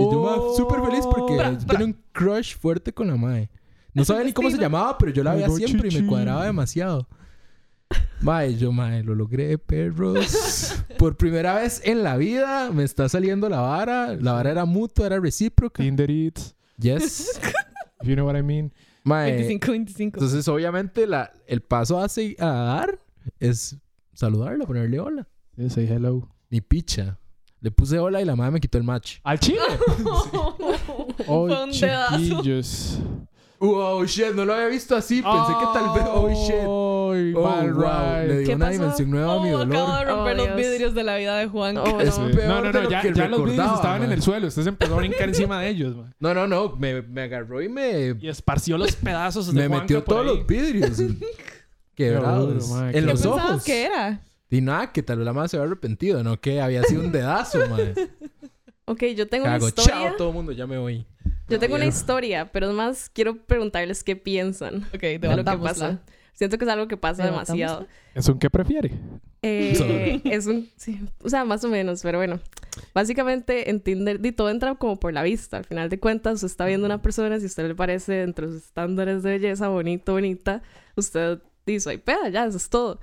[SPEAKER 1] yo, mae, súper feliz
[SPEAKER 2] Oh,
[SPEAKER 1] porque
[SPEAKER 4] Pra,
[SPEAKER 1] yo
[SPEAKER 4] pra.
[SPEAKER 1] tenía un crush fuerte con la mae. No sabía ni cómo se
[SPEAKER 4] Destino.
[SPEAKER 1] llamaba, pero yo la
[SPEAKER 2] Me
[SPEAKER 1] veía
[SPEAKER 2] go
[SPEAKER 1] siempre y
[SPEAKER 2] chichi.
[SPEAKER 1] me cuadraba demasiado. Mae, yo, mae, lo logré, perros. Por primera vez en la vida me está saliendo la vara. La vara era mutua, era recíproca.
[SPEAKER 2] Tinder Eats,
[SPEAKER 1] Yes.
[SPEAKER 2] if you know what I mean.
[SPEAKER 1] Mae,
[SPEAKER 4] 25, 25.
[SPEAKER 1] Entonces, obviamente, la, el paso a, se- a dar es saludarla, ponerle hola.
[SPEAKER 2] They say hello.
[SPEAKER 1] Ni picha. Le puse hola y la madre me quitó el match.
[SPEAKER 2] ¡Al chile!
[SPEAKER 4] Fue
[SPEAKER 2] ¡Oh,
[SPEAKER 4] un dedazo.
[SPEAKER 2] chiquillos!
[SPEAKER 1] Wow, shit, no lo había visto así. Pensé que tal vez. Oh, shit.
[SPEAKER 2] ¡Ay,
[SPEAKER 1] Oh,
[SPEAKER 2] mal
[SPEAKER 1] wow. Le
[SPEAKER 2] ride.
[SPEAKER 1] dio
[SPEAKER 3] ¿Qué
[SPEAKER 1] una
[SPEAKER 3] pasó?
[SPEAKER 1] dimensión nueva a mi
[SPEAKER 4] Oh, acabo
[SPEAKER 1] dolor.
[SPEAKER 4] de romper
[SPEAKER 3] Oh, Dios.
[SPEAKER 4] los vidrios de la vida de Juan.
[SPEAKER 3] Oh,
[SPEAKER 1] Es-
[SPEAKER 3] no.
[SPEAKER 1] peor
[SPEAKER 2] No, no,
[SPEAKER 1] de
[SPEAKER 2] no,
[SPEAKER 1] lo
[SPEAKER 2] ya,
[SPEAKER 1] que
[SPEAKER 2] ya los vídeos
[SPEAKER 1] recordaba,
[SPEAKER 2] estaban en
[SPEAKER 1] man.
[SPEAKER 2] el suelo. Usted se empezó a brincar encima de ellos, man.
[SPEAKER 1] No, no, no. Me, me agarró y me,
[SPEAKER 2] Y esparció los pedazos de
[SPEAKER 1] me
[SPEAKER 2] Juanca
[SPEAKER 1] metió
[SPEAKER 2] por
[SPEAKER 1] todos
[SPEAKER 2] ahí.
[SPEAKER 1] los vidrios. Quebrados.
[SPEAKER 2] Qué duro, madre,
[SPEAKER 1] en
[SPEAKER 2] qué
[SPEAKER 1] los
[SPEAKER 2] duro.
[SPEAKER 4] pensabas
[SPEAKER 1] ojos.
[SPEAKER 4] que era?
[SPEAKER 1] Y nada, que tal vez la madre se había arrepentido, ¿no? Que había sido un dedazo, madre.
[SPEAKER 3] Ok, yo tengo una
[SPEAKER 1] Cago,
[SPEAKER 3] historia.
[SPEAKER 1] chao, todo el mundo, ya me voy.
[SPEAKER 3] Yo tengo una
[SPEAKER 1] Ya.
[SPEAKER 3] historia, pero es más quiero preguntarles qué piensan
[SPEAKER 4] Ok,
[SPEAKER 3] de lo que
[SPEAKER 4] levantámosla.
[SPEAKER 3] pasa. Siento que es algo que pasa
[SPEAKER 4] Levantámosla.
[SPEAKER 3] demasiado.
[SPEAKER 2] ¿Es un qué prefiere?
[SPEAKER 3] Eh, es un... sí, o sea, más o menos, pero bueno. Básicamente en Tinder, di todo entra como por la vista. Al final de cuentas, usted está viendo una persona, si a usted le parece dentro de sus estándares de belleza, bonito, bonita, usted dice, ay, peda, ya, eso es todo.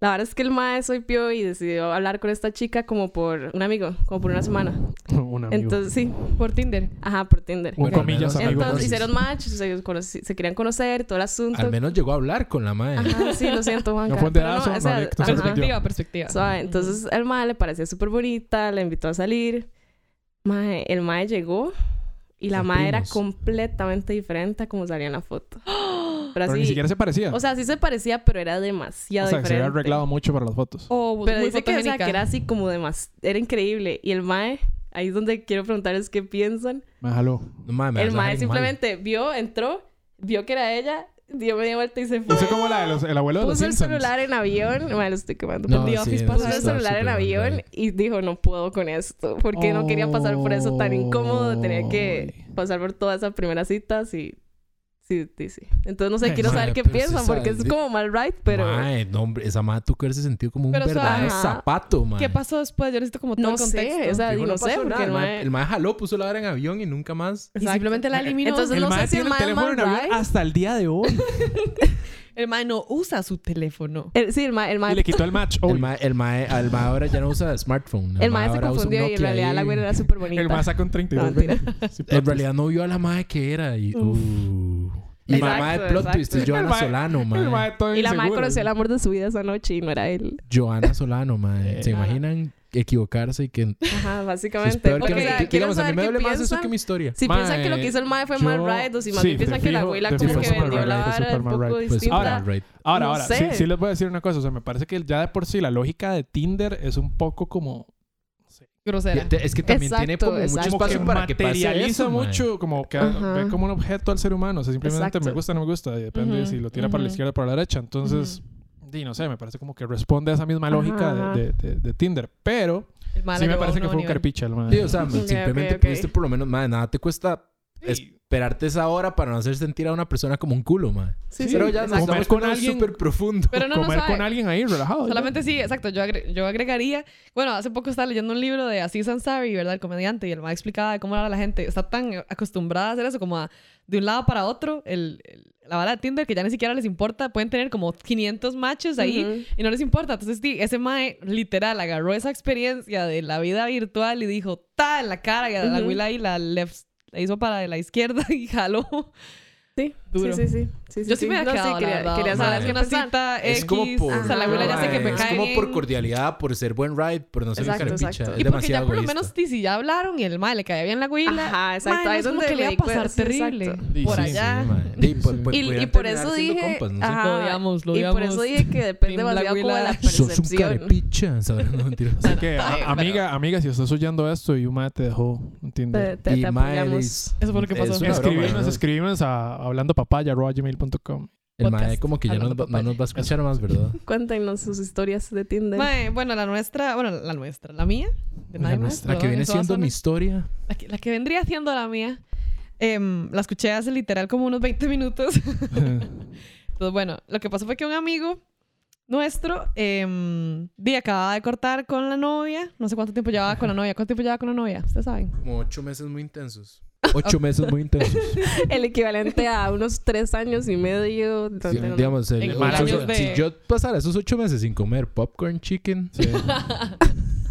[SPEAKER 3] La verdad es que el maestro soy pio y decidió hablar con esta chica como por un amigo, como por una semana.
[SPEAKER 2] Un amigo.
[SPEAKER 3] Entonces, sí,
[SPEAKER 4] Por Tinder.
[SPEAKER 3] ajá, por Tinder.
[SPEAKER 2] un
[SPEAKER 1] Bueno,
[SPEAKER 2] comillas
[SPEAKER 1] al menos-
[SPEAKER 2] amigo.
[SPEAKER 3] Entonces
[SPEAKER 1] conoces.
[SPEAKER 3] hicieron match, se, conoci- se querían conocer, todo el asunto.
[SPEAKER 1] Al menos llegó a hablar con la madre.
[SPEAKER 3] Ajá, sí, lo siento, Juanca.
[SPEAKER 2] No fue un
[SPEAKER 3] Pero
[SPEAKER 2] dedazo,
[SPEAKER 3] o sea,
[SPEAKER 2] no le- no se
[SPEAKER 3] ajá.
[SPEAKER 2] respetó.
[SPEAKER 4] Perspectiva, perspectiva.
[SPEAKER 3] Suave, Entonces el mae le parecía súper bonita, la invitó a salir. Mae, el mae llegó y la
[SPEAKER 1] Son
[SPEAKER 3] mae era
[SPEAKER 1] primos.
[SPEAKER 3] completamente diferente a como salía en la foto. Pero
[SPEAKER 2] Pero
[SPEAKER 3] así,
[SPEAKER 2] ni siquiera se parecía.
[SPEAKER 3] o sea, sí se parecía, pero era demasiado
[SPEAKER 2] O sea, que se
[SPEAKER 3] diferente. Oh.
[SPEAKER 2] había arreglado mucho para las fotos.
[SPEAKER 4] O
[SPEAKER 3] Pero
[SPEAKER 4] muy
[SPEAKER 3] dice que, o sea,
[SPEAKER 4] fotogénica.
[SPEAKER 3] que era así como demás, era increíble. Y el mae, ahí es donde quiero preguntarles qué piensan.
[SPEAKER 2] Me jaló.
[SPEAKER 1] No mames, me
[SPEAKER 3] el
[SPEAKER 1] vas a
[SPEAKER 3] mae
[SPEAKER 1] dejar igual.
[SPEAKER 3] simplemente vio, entró, vio que era ella, dio media vuelta y se fue.
[SPEAKER 2] Hizo como la de los, el abuelo de los
[SPEAKER 3] Puso el
[SPEAKER 2] Simpsons.
[SPEAKER 3] celular en avión, mae, lo estoy quemando.
[SPEAKER 1] No,
[SPEAKER 4] The Office
[SPEAKER 1] sí,
[SPEAKER 4] pasa
[SPEAKER 3] puso el
[SPEAKER 4] eso.
[SPEAKER 3] celular en
[SPEAKER 1] súper
[SPEAKER 3] avión
[SPEAKER 1] horrible.
[SPEAKER 3] y dijo, no puedo con esto, porque no quería pasar por eso tan incómodo, tenía que pasar por todas esas primeras citas y... Sí, sí, sí. Entonces, no sé,
[SPEAKER 2] Ay,
[SPEAKER 3] quiero
[SPEAKER 1] madre,
[SPEAKER 3] saber qué
[SPEAKER 1] pero sí
[SPEAKER 3] piensan, porque es
[SPEAKER 1] sal-
[SPEAKER 3] como mal right, pero...
[SPEAKER 1] Mae, no, hombre, esa madre tuvo que haberse sentido como un
[SPEAKER 4] Pero, o sea,
[SPEAKER 1] verdadero
[SPEAKER 3] ajá.
[SPEAKER 1] zapato, mae.
[SPEAKER 4] ¿Qué pasó después? Yo necesito como todo
[SPEAKER 3] No
[SPEAKER 4] el contexto.
[SPEAKER 3] sé, o sea,
[SPEAKER 1] Dijo,
[SPEAKER 3] digo, no, sé,
[SPEAKER 1] pasó
[SPEAKER 3] porque
[SPEAKER 1] nada,
[SPEAKER 3] el mae-
[SPEAKER 1] El mae jaló, puso la vara en avión y nunca más.
[SPEAKER 4] Y
[SPEAKER 3] Exacto.
[SPEAKER 4] simplemente la eliminó.
[SPEAKER 3] Entonces, no sé si el mae es mal right.
[SPEAKER 2] hasta el día de hoy.
[SPEAKER 4] el mae no usa su teléfono.
[SPEAKER 3] El- Sí, el mae... El
[SPEAKER 2] y
[SPEAKER 3] mae,
[SPEAKER 2] le quitó el match.
[SPEAKER 1] El mae, el mae, el mae ahora ya no usa smartphone.
[SPEAKER 3] el mae se
[SPEAKER 1] ahora usa un
[SPEAKER 3] confundió y en
[SPEAKER 1] Nokia
[SPEAKER 3] realidad
[SPEAKER 1] ahí.
[SPEAKER 3] la güera era súper bonita.
[SPEAKER 2] el más sacó un 32.
[SPEAKER 3] No, mentira.
[SPEAKER 1] En realidad no vio a la madre que era. Y, uh. y la
[SPEAKER 3] Exacto,
[SPEAKER 1] madre de plot twist es
[SPEAKER 3] exacto.
[SPEAKER 1] Joana
[SPEAKER 2] El mae-
[SPEAKER 1] Solano,
[SPEAKER 2] El
[SPEAKER 1] mae.
[SPEAKER 2] mae todo
[SPEAKER 3] Y la mae
[SPEAKER 2] inseguro.
[SPEAKER 3] conoció el amor de su vida esa noche y no era él.
[SPEAKER 1] Joana Solano, mae. ¿Se
[SPEAKER 2] Eh,
[SPEAKER 3] nada.
[SPEAKER 1] imaginan equivocarse y que.
[SPEAKER 3] Ajá,
[SPEAKER 1] Es
[SPEAKER 3] básicamente.
[SPEAKER 1] peor que
[SPEAKER 3] Porque,
[SPEAKER 1] no-
[SPEAKER 3] o sea,
[SPEAKER 1] que-
[SPEAKER 3] quiero
[SPEAKER 1] digamos, a mí
[SPEAKER 3] saber
[SPEAKER 1] me
[SPEAKER 3] qué
[SPEAKER 1] duele más eso que
[SPEAKER 3] piensan.
[SPEAKER 1] mi historia.
[SPEAKER 3] Si
[SPEAKER 2] Mae,
[SPEAKER 3] piensan que lo que hizo el mae fue
[SPEAKER 2] yo-
[SPEAKER 3] mal ride, o si más
[SPEAKER 2] sí,
[SPEAKER 3] bien piensan
[SPEAKER 2] de
[SPEAKER 3] que la
[SPEAKER 2] fijo-
[SPEAKER 3] abuela
[SPEAKER 2] de
[SPEAKER 3] como
[SPEAKER 1] fijo
[SPEAKER 3] que
[SPEAKER 1] fue mal
[SPEAKER 3] vendió
[SPEAKER 1] ride,
[SPEAKER 3] la
[SPEAKER 1] fue
[SPEAKER 3] vara
[SPEAKER 2] super
[SPEAKER 3] un
[SPEAKER 2] mal
[SPEAKER 3] poco
[SPEAKER 2] ride.
[SPEAKER 1] Pues,
[SPEAKER 3] distinta.
[SPEAKER 2] Ahora-
[SPEAKER 1] alright.
[SPEAKER 2] Ahora,
[SPEAKER 3] No
[SPEAKER 2] ahora,
[SPEAKER 3] sé.
[SPEAKER 2] sí, sí les voy a decir una cosa. O sea, me parece que ya de por sí la lógica de Tinder es un poco como...
[SPEAKER 4] Grosera.
[SPEAKER 1] Te- Es que también tiene
[SPEAKER 3] Exacto,
[SPEAKER 1] como mucho
[SPEAKER 3] exacto.
[SPEAKER 2] como que
[SPEAKER 1] espacio para que pase
[SPEAKER 2] materializa
[SPEAKER 1] eso, mae.
[SPEAKER 2] mucho, como que
[SPEAKER 3] Ajá.
[SPEAKER 2] ve como un objeto al ser humano. O sea, simplemente
[SPEAKER 3] Exacto.
[SPEAKER 2] me gusta, no me gusta. y depende
[SPEAKER 4] Ujú,
[SPEAKER 2] si lo tira para la
[SPEAKER 4] ujú.
[SPEAKER 2] izquierda o para la derecha. Entonces, di, no sé, me parece como que responde a esa misma
[SPEAKER 3] Ajá,
[SPEAKER 2] lógica de-
[SPEAKER 3] ajá.
[SPEAKER 2] de, de- de Tinder. Pero
[SPEAKER 4] El mae la
[SPEAKER 2] sí me
[SPEAKER 4] llevó a
[SPEAKER 2] parece que
[SPEAKER 4] nuevo
[SPEAKER 2] fue un
[SPEAKER 4] nivel.
[SPEAKER 2] carpicha el mae.
[SPEAKER 1] Sí, o sea,
[SPEAKER 3] Ok,
[SPEAKER 1] simplemente
[SPEAKER 3] ok, ok.
[SPEAKER 1] pudiste por lo menos, madre, nada te cuesta
[SPEAKER 2] Sí.
[SPEAKER 1] esperarte esa hora para no hacer sentir a una persona como un culo, mae.
[SPEAKER 3] Sí,
[SPEAKER 1] Pero
[SPEAKER 3] sí,
[SPEAKER 1] ya nos
[SPEAKER 3] exacto.
[SPEAKER 1] estamos
[SPEAKER 2] Comer
[SPEAKER 1] con
[SPEAKER 2] con
[SPEAKER 1] algo
[SPEAKER 2] alguien-
[SPEAKER 1] súper profundo.
[SPEAKER 4] Pero no, no
[SPEAKER 2] comer
[SPEAKER 4] sabe.
[SPEAKER 2] con alguien ahí relajado. ya.
[SPEAKER 4] Solamente sí, exacto. Yo, agre- yo agregaría. Bueno, hace poco estaba leyendo un libro de Aziz Ansari, ¿verdad? El comediante, y el más explicaba de cómo era la gente. Está tan acostumbrada a hacer eso, como a- de un lado para otro, el, el- la bala de Tinder, que ya ni siquiera les importa. Pueden tener como 500 matches ahí
[SPEAKER 3] Ujú.
[SPEAKER 4] y no les importa. Entonces, sí, ese Mae literal agarró esa experiencia de la vida virtual y dijo, ta, en la cara, y a la
[SPEAKER 3] Ujú.
[SPEAKER 4] huila y la left. La hizo para la izquierda y jaló.
[SPEAKER 3] Sí,
[SPEAKER 4] Duro.
[SPEAKER 3] sí, sí, sí. sí,
[SPEAKER 4] Yo sí, me había
[SPEAKER 3] No,
[SPEAKER 4] quedado, la
[SPEAKER 3] quería,
[SPEAKER 4] verdad.
[SPEAKER 3] quería
[SPEAKER 1] Mae,
[SPEAKER 3] saber
[SPEAKER 4] Es
[SPEAKER 3] qué
[SPEAKER 4] una
[SPEAKER 3] pensar.
[SPEAKER 4] cita
[SPEAKER 1] es como
[SPEAKER 4] X,
[SPEAKER 1] por...
[SPEAKER 4] hasta la abuela ya sé que me
[SPEAKER 1] mae,
[SPEAKER 4] cae
[SPEAKER 1] Es como por cordialidad, por ser buen ride, por no ser
[SPEAKER 3] Exacto,
[SPEAKER 1] carepicha.
[SPEAKER 3] exacto.
[SPEAKER 1] Es
[SPEAKER 4] Y porque ya
[SPEAKER 1] demasiado
[SPEAKER 4] por lo
[SPEAKER 1] egoísta.
[SPEAKER 4] menos ti, si ya hablaron y el mae le caía bien la huila.
[SPEAKER 3] Ajá, exacto,
[SPEAKER 4] mae, no
[SPEAKER 3] ahí
[SPEAKER 4] es
[SPEAKER 3] es
[SPEAKER 4] como
[SPEAKER 3] donde
[SPEAKER 4] que le
[SPEAKER 3] me
[SPEAKER 4] iba a
[SPEAKER 3] di cuenta,
[SPEAKER 4] pasar
[SPEAKER 3] pues, sí,
[SPEAKER 4] terrible.
[SPEAKER 3] exacto.
[SPEAKER 2] Sí,
[SPEAKER 4] por
[SPEAKER 2] sí,
[SPEAKER 4] allá.
[SPEAKER 1] Sí, mae. Di, pues, pues,
[SPEAKER 3] Y, y
[SPEAKER 1] pudieran
[SPEAKER 3] por
[SPEAKER 1] terminar
[SPEAKER 3] eso
[SPEAKER 1] siendo
[SPEAKER 3] dije.
[SPEAKER 1] compas, no sé.
[SPEAKER 3] ajá,
[SPEAKER 4] Lo odiamos, lo
[SPEAKER 3] Y por
[SPEAKER 4] odiamos.
[SPEAKER 3] eso dije que depende
[SPEAKER 4] Team La
[SPEAKER 3] demasiado como de
[SPEAKER 4] Huila.
[SPEAKER 3] la
[SPEAKER 1] Sos un
[SPEAKER 3] percepción.
[SPEAKER 1] carepicha. ¿sabes? No, mentira.
[SPEAKER 2] Así que, a-
[SPEAKER 4] Ay, pero-
[SPEAKER 2] amiga, amiga, si estás oyendo esto y un mae te dejó,
[SPEAKER 3] Te,
[SPEAKER 2] ¿entiendes?
[SPEAKER 3] te, te
[SPEAKER 1] Y, mae,
[SPEAKER 3] apoyamos.
[SPEAKER 1] es-
[SPEAKER 4] Eso fue lo que pasó.
[SPEAKER 1] es una broma,
[SPEAKER 2] Escribimos,
[SPEAKER 1] ¿no?
[SPEAKER 2] escribimos a hablandopapaya.gmail.com.
[SPEAKER 1] El mae
[SPEAKER 4] podcast.
[SPEAKER 1] como que ya no,
[SPEAKER 4] Hablando
[SPEAKER 1] no nos va a escuchar más, ¿verdad?
[SPEAKER 3] Cuéntenos sus historias de Tinder.
[SPEAKER 4] Mae, bueno, la nuestra, bueno, la nuestra, la mía, de
[SPEAKER 1] La
[SPEAKER 4] nadie más,
[SPEAKER 1] nuestra, que
[SPEAKER 4] perdón,
[SPEAKER 1] viene
[SPEAKER 4] eso va a
[SPEAKER 1] siendo mi
[SPEAKER 4] sonar-
[SPEAKER 1] historia.
[SPEAKER 4] la que, la que vendría siendo la mía. em, la escuché hace literal como unos 20 minutos. Entonces, bueno, lo que pasó fue que un amigo nuestro em, di, acababa de cortar con la novia. No sé cuánto tiempo llevaba con la novia. ¿Cuánto tiempo llevaba con la novia? Ustedes saben.
[SPEAKER 1] Como ocho meses muy intensos. Ocho meses muy intensos.
[SPEAKER 3] El equivalente a unos tres años y medio.
[SPEAKER 1] Sí,
[SPEAKER 3] donde no-
[SPEAKER 1] digamos, el-
[SPEAKER 4] En
[SPEAKER 1] ocho-
[SPEAKER 4] malos de-
[SPEAKER 1] si yo pasara esos ocho meses sin comer popcorn chicken,
[SPEAKER 2] Sí.